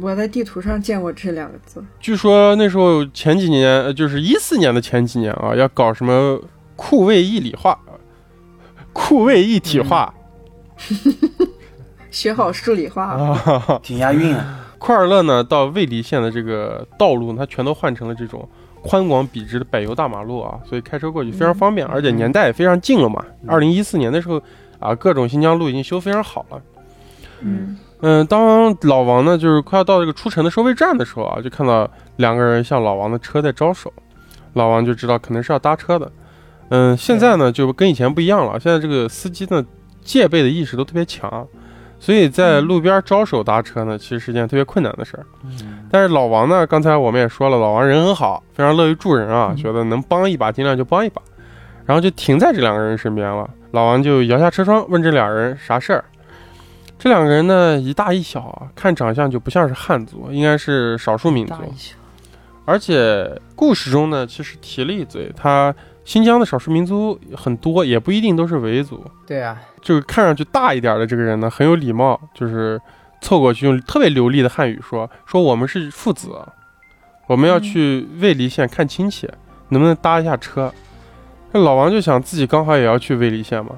[SPEAKER 3] 我在地图上见过这两个字，
[SPEAKER 1] 据说那时候前几年，呃就是一四年的前几年啊，要搞什么库卫一理化、库卫一体化、
[SPEAKER 3] 学好数理化，
[SPEAKER 1] 啊。
[SPEAKER 4] 挺押韵啊，
[SPEAKER 1] *laughs* 库尔勒呢，到尉犁县的这个道路呢，它全都换成了这种宽广笔直的柏油大马路啊，所以开车过去非常方便，而且年代也非常近了嘛。二零一四年的时候啊，各种新疆路已经修非常好了。
[SPEAKER 3] 嗯
[SPEAKER 1] 嗯，当老王呢，就是快要到这个出城的收费站的时候啊，就看到两个人向老王的车在招手，老王就知道可能是要搭车的。嗯，现在呢就跟以前不一样了，现在这个司机呢戒备的意识都特别强，所以在路边招手搭车呢，其实是件特别困难的事儿。但是老王呢，刚才我们也说了，老王人很好，非常乐于助人啊，
[SPEAKER 2] 嗯
[SPEAKER 1] 觉得能帮一把尽量就帮一把，然后就停在这两个人身边了。老王就摇下车窗问这两人啥事儿。这两个人呢，一大一小啊，看长相就不像是汉族，应该是少数民族
[SPEAKER 2] 大。一小，
[SPEAKER 1] 而且故事中呢，其实提了一嘴，他新疆的少数民族很多，也不一定都是维族。
[SPEAKER 2] 对啊，
[SPEAKER 1] 就是看上去大一点的这个人呢，很有礼貌，就是凑过去用特别流利的汉语说：“说我们是父子，我们要去尉犁县看亲戚，能不能搭一下车？”那老王就想自己刚好也要去尉犁县嘛，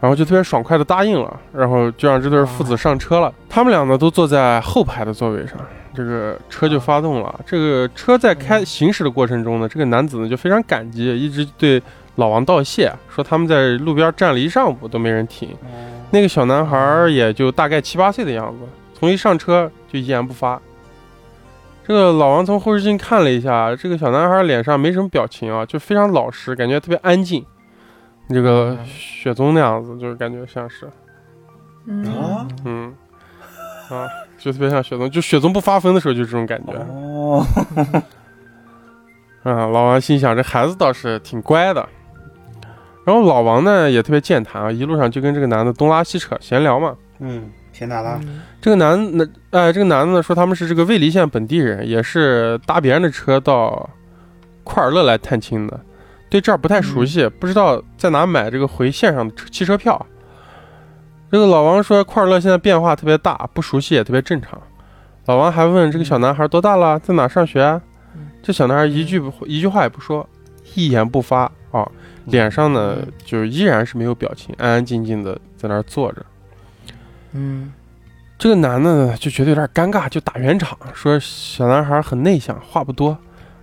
[SPEAKER 1] 然后就特别爽快的答应了，然后就让这对父子上车了。他们俩呢都坐在后排的座位上，这个车就发动了。这个车在开
[SPEAKER 2] 嗯
[SPEAKER 1] 行驶的过程中呢，这个男子呢就非常感激，一直对老王道谢，说他们在路边站了一上午都没人停。那个小男孩儿也就大概七八岁的样子，从一上车就一言不发。这个老王从后视镜看了一下，这个小男孩儿脸上没什么表情啊，就非常老实，感觉特别安静。这个
[SPEAKER 2] 嗯
[SPEAKER 1] 雪宗那样子，就是感觉像是，
[SPEAKER 3] 嗯，
[SPEAKER 4] 啊
[SPEAKER 1] 嗯，啊，就特别像雪宗，就雪宗不发疯的时候就是这种感觉。
[SPEAKER 4] 哦，
[SPEAKER 1] 啊、老王心想这孩子倒是挺乖的。然后老王呢也特别健谈啊，一路上就跟这个男的东拉西扯闲聊嘛。
[SPEAKER 4] 嗯，天哪
[SPEAKER 1] 啊
[SPEAKER 4] 啦，
[SPEAKER 2] 嗯
[SPEAKER 1] 这个男那哎，这个男的呢说他们是这个尉犁县本地人，也是搭别人的车到库尔勒来探亲的，对这儿不太
[SPEAKER 2] 嗯
[SPEAKER 1] 熟悉，不知道在哪买这个回县上的车汽车票。这个老王说库尔勒现在变化特别大，不熟悉也特别正常。老王还问这个小男孩多大了，在哪上学、啊
[SPEAKER 2] 嗯？
[SPEAKER 1] 这小男孩一句不一句话也不说，一言不发啊，脸上呢
[SPEAKER 2] 嗯
[SPEAKER 1] 就依然是没有表情，安安静静的在那儿坐着。
[SPEAKER 2] 嗯，
[SPEAKER 1] 这个男的呢就觉得有点尴尬，就打圆场，说小男孩很内向，话不多。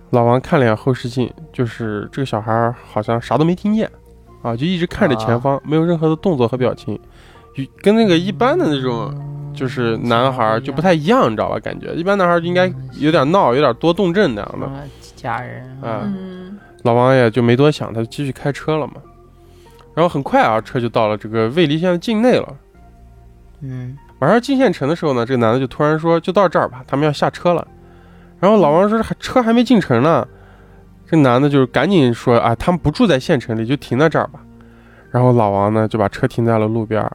[SPEAKER 1] 老王看了一眼后视镜，就是这个小孩好像啥都没听见，啊，就一直看着前方，没有任何的动作和表情，与跟那个一般的那种就是男孩就不太一样，你知道吧？感觉一般男孩就应该有点闹，有点多动症那样的
[SPEAKER 2] 什。么嗯家人
[SPEAKER 1] 啊
[SPEAKER 3] 嗯
[SPEAKER 1] 老王也就没多想，他就继续开车了嘛。然后很快啊，车就到了这个尉犁县的境内了。
[SPEAKER 2] 嗯，
[SPEAKER 1] 马上进县城的时候呢，这个男的就突然说：“就到这儿吧，他们要下车了。”然后老王说：“还车还没进城呢。”这男的就是赶紧说：“啊，他们不住在县城里，就停在这儿吧。”然后老王呢就把车停在了路边儿。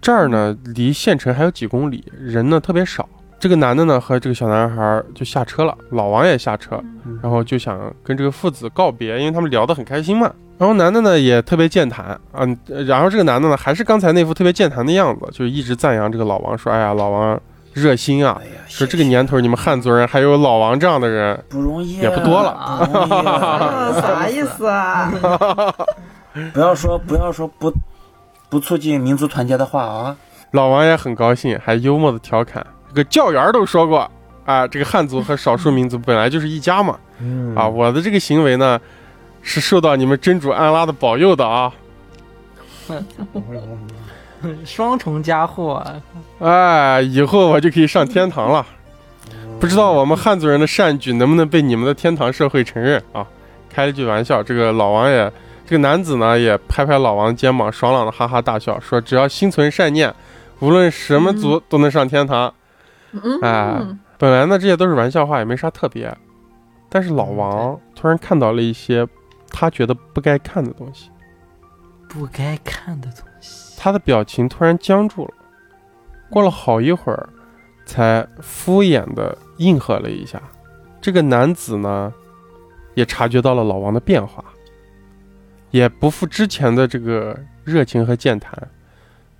[SPEAKER 1] 这儿呢离县城还有几公里，人呢特别少。这个男的呢和这个小男孩儿就下车了，老王也下车，然后就想跟这个父子告别，因为他们聊得很开心嘛。然后男的呢也特别健谈，嗯、呃然后这个男的呢还是刚才那副特别健谈的样子，就是一直赞扬这个老王，说：“哎呀，老王热心啊，
[SPEAKER 4] 哎呀，
[SPEAKER 1] 说这个年头你们汉族人还有老王这样的人。
[SPEAKER 4] 不容易啊，
[SPEAKER 1] 也不多了
[SPEAKER 4] 不容易啊
[SPEAKER 3] 啊，啥意思啊？
[SPEAKER 4] 不要说不要说不不促进民族团结的话啊，
[SPEAKER 1] 老王也很高兴，还幽默的调侃：“这个教员都说过啊，这个汉族和少数民族本来就是一家嘛。
[SPEAKER 4] 嗯
[SPEAKER 1] 啊，我的这个行为呢，是受到你们真主安拉的保佑的啊。
[SPEAKER 2] 嗯双重加祸啊，
[SPEAKER 1] 哎，以后我就可以上天堂了。不知道我们汉族人的善举能不能被你们的天堂社会承认啊？”开了句玩笑，这个老王也，这个男子呢也拍拍老王肩膀，爽朗的哈哈大笑，说：“只要心存善念，无论什么族都能上天堂。
[SPEAKER 3] *laughs* 嗯，
[SPEAKER 1] 哎
[SPEAKER 4] 啊
[SPEAKER 1] 本来呢，这些都是玩笑话，也没啥特别。但是老王突然看到了一些他觉得不该看的东西，
[SPEAKER 2] 不该看的东西。
[SPEAKER 1] 他的表情突然僵住了。过了好一会儿，才敷衍的应和了一下。这个男子呢，也察觉到了老王的变化，也不复之前的这个热情和健谈，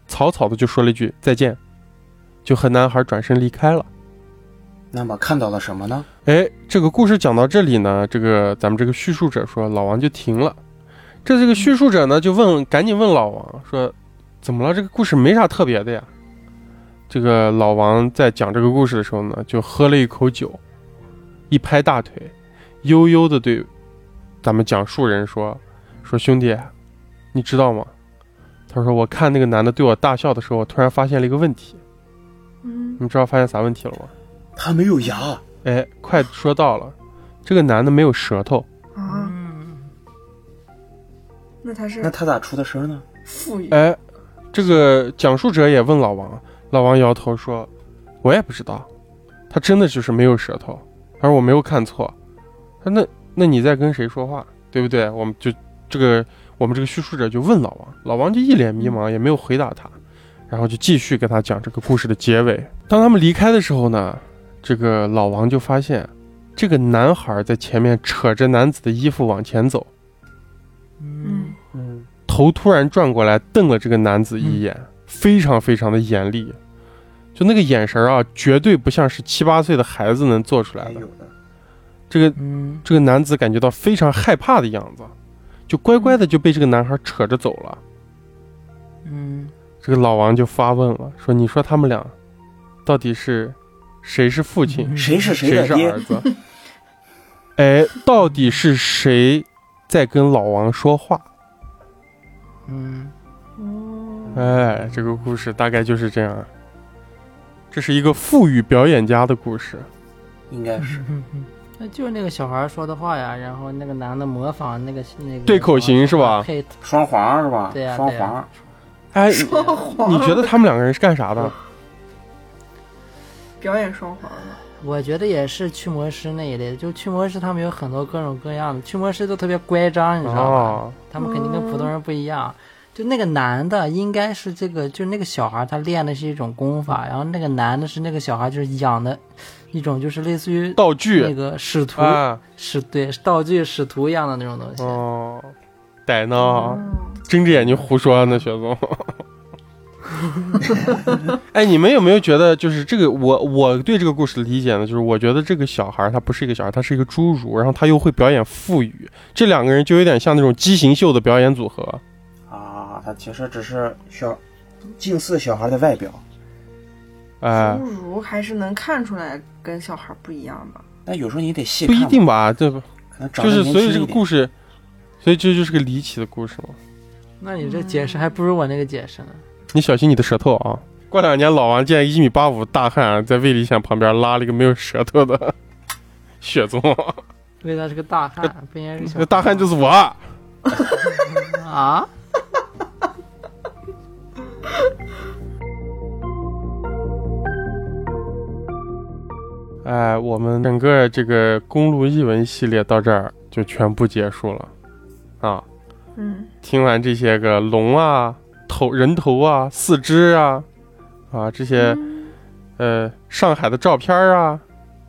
[SPEAKER 1] 草草的就说了一句再见，就和男孩转身离开了。
[SPEAKER 4] 那么看到了什么呢？
[SPEAKER 1] 哎，这个故事讲到这里呢，这个咱们这个叙述者说老王就停了。这这个叙述者呢就问，赶紧问老王说，怎么了？这个故事没啥特别的呀。这个老王在讲这个故事的时候呢，就喝了一口酒，一拍大腿，悠悠的对咱们讲述人说：“说兄弟，你知道吗？”他说：“我看那个男的对我大笑的时候，我突然发现了一个问题。
[SPEAKER 3] 嗯
[SPEAKER 1] 你知道发现啥问题了吗？
[SPEAKER 4] 他没有牙，
[SPEAKER 1] 哎，快说到了，这个男的没有舌头。”
[SPEAKER 3] 啊，
[SPEAKER 2] 嗯，
[SPEAKER 3] 那他
[SPEAKER 4] 那呃
[SPEAKER 3] 是
[SPEAKER 4] 他咋出的声呢？
[SPEAKER 3] 富裕，
[SPEAKER 1] 哎，这个讲述者也问老王，老王摇头说：“我也不知道，他真的就是没有舌头。”他说：“我没有看错。”他说：“那那你在跟谁说话，对不对？”我们就这个我们这个叙述者就问老王，老王就一脸迷茫，也没有回答他，然后就继续跟他讲这个故事的结尾。当他们离开的时候呢，这个老王就发现。这个男孩在前面扯着男子的衣服往前走，
[SPEAKER 2] 嗯
[SPEAKER 3] 嗯，
[SPEAKER 4] 嗯，
[SPEAKER 1] 头突然转过来，瞪了这个男子一眼，非常非常的严厉，就那个眼神啊，绝对不像是七八岁的孩子能做出来
[SPEAKER 4] 没
[SPEAKER 1] 的
[SPEAKER 4] 有。的。
[SPEAKER 1] 这个
[SPEAKER 2] 嗯，
[SPEAKER 1] 这个男子感觉到非常害怕的样子，就乖乖的就被这个男孩扯着走了。
[SPEAKER 2] 嗯，
[SPEAKER 1] 这个老王就发问了，说：“你说他们俩到底是谁是父亲，
[SPEAKER 2] 嗯
[SPEAKER 4] 谁是
[SPEAKER 1] 谁
[SPEAKER 4] 的
[SPEAKER 1] 是
[SPEAKER 4] 爹
[SPEAKER 1] 儿？子？ *laughs* 哎，到底是谁在跟老王说话？”
[SPEAKER 2] 嗯，
[SPEAKER 4] 呃
[SPEAKER 3] 哦，
[SPEAKER 1] 哎，这个故事大概就是这样。这是一个富裕表演家的故事。
[SPEAKER 4] 应该是
[SPEAKER 2] 那就是那个小孩说的话呀，然后那个男的模仿那个那个
[SPEAKER 1] 对口型是吧
[SPEAKER 2] 配
[SPEAKER 4] 双簧是吧？
[SPEAKER 2] 对呀
[SPEAKER 4] 双
[SPEAKER 2] 对呀
[SPEAKER 4] 簧，
[SPEAKER 1] 哎，
[SPEAKER 3] 双簧，
[SPEAKER 1] 你觉得他们两个人是干啥的？
[SPEAKER 3] 表演双簧的，
[SPEAKER 2] 我觉得也是驱魔师那一类的，就驱魔师他们有很多各种各样的，驱魔师都特别乖张，你知道吧？
[SPEAKER 1] 哦，
[SPEAKER 2] 他们肯定跟普通人不一样。就那个男的应该是这个，就是那个小孩他练的是一种功法，然后那个男的是那个小孩就是养的一种就是类似于
[SPEAKER 1] 道
[SPEAKER 2] 那
[SPEAKER 1] 具
[SPEAKER 2] 个使徒
[SPEAKER 1] 啊，
[SPEAKER 2] 使对道具使徒一样的那种东西。
[SPEAKER 1] 哦，逮呢啊，
[SPEAKER 4] 哦
[SPEAKER 1] 睁着眼睛胡说呢，雪总。哎，你们有没有觉得，就是这个我我对这个故事的理解呢？就是我觉得这个小孩儿他不是一个小孩儿，他是一个侏儒，然后他又会表演腹语，这两个人就有点像那种畸形秀的表演组合。
[SPEAKER 4] 啊，他其实只是小近似小孩的外表，啊
[SPEAKER 1] 哎
[SPEAKER 3] 侏，儒还是能看出来跟小孩不一样吧？
[SPEAKER 4] 但有时候你得细
[SPEAKER 1] 不
[SPEAKER 4] 看
[SPEAKER 1] 一
[SPEAKER 4] 嘛，
[SPEAKER 1] 定吧？这
[SPEAKER 4] 可能长
[SPEAKER 1] 就
[SPEAKER 4] 得
[SPEAKER 1] 是
[SPEAKER 4] 年
[SPEAKER 1] 所以
[SPEAKER 4] 轻
[SPEAKER 1] 这
[SPEAKER 4] 一
[SPEAKER 1] 个
[SPEAKER 4] 点
[SPEAKER 1] 故事，所以这就是个离奇的故事嘛。
[SPEAKER 2] 那你这解释还不如我那个解释呢。
[SPEAKER 1] 你小心你的舌头啊！过两年老王见一米八五大汉啊在魏立县旁边拉了一个没有舌头的 *laughs* 雪宗，
[SPEAKER 2] 因为他是个大汉，不应该是小
[SPEAKER 1] 那大汉就是是我。
[SPEAKER 2] 啊。
[SPEAKER 1] 哎，我们整个这个公路译文系列到这儿就全部结束了啊！
[SPEAKER 3] 嗯，
[SPEAKER 1] 听完这些个龙啊、头人头啊、四肢啊啊这些
[SPEAKER 4] 嗯
[SPEAKER 1] 呃上海的照片啊，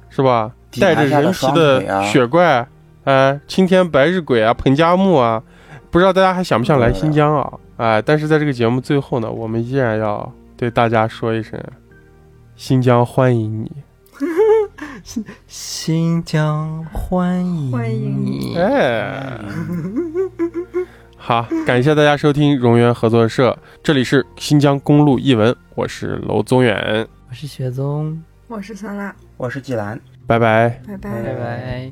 [SPEAKER 1] 是吧？
[SPEAKER 4] 底
[SPEAKER 1] 带着
[SPEAKER 4] 盘下
[SPEAKER 1] 人
[SPEAKER 4] 的
[SPEAKER 1] 皮
[SPEAKER 4] 双腿
[SPEAKER 1] 的
[SPEAKER 4] 啊，
[SPEAKER 1] 雪怪，呃，青天白日鬼啊，彭加木啊，不知道大家还想不想来新疆啊？哎、但是在这个节目最后呢，我们依然要对大家说一声，新疆欢迎你。
[SPEAKER 2] 新疆欢迎
[SPEAKER 3] 欢迎
[SPEAKER 2] 嗯你，
[SPEAKER 4] 嗯
[SPEAKER 1] 哎，好，感谢大家收听荣源合作社，这里是新疆公路译文，我是娄宗远，
[SPEAKER 2] 我是雪宗，
[SPEAKER 3] 我是酸辣，
[SPEAKER 4] 我是季兰。
[SPEAKER 1] 拜拜。
[SPEAKER 3] 拜拜。
[SPEAKER 2] 拜拜。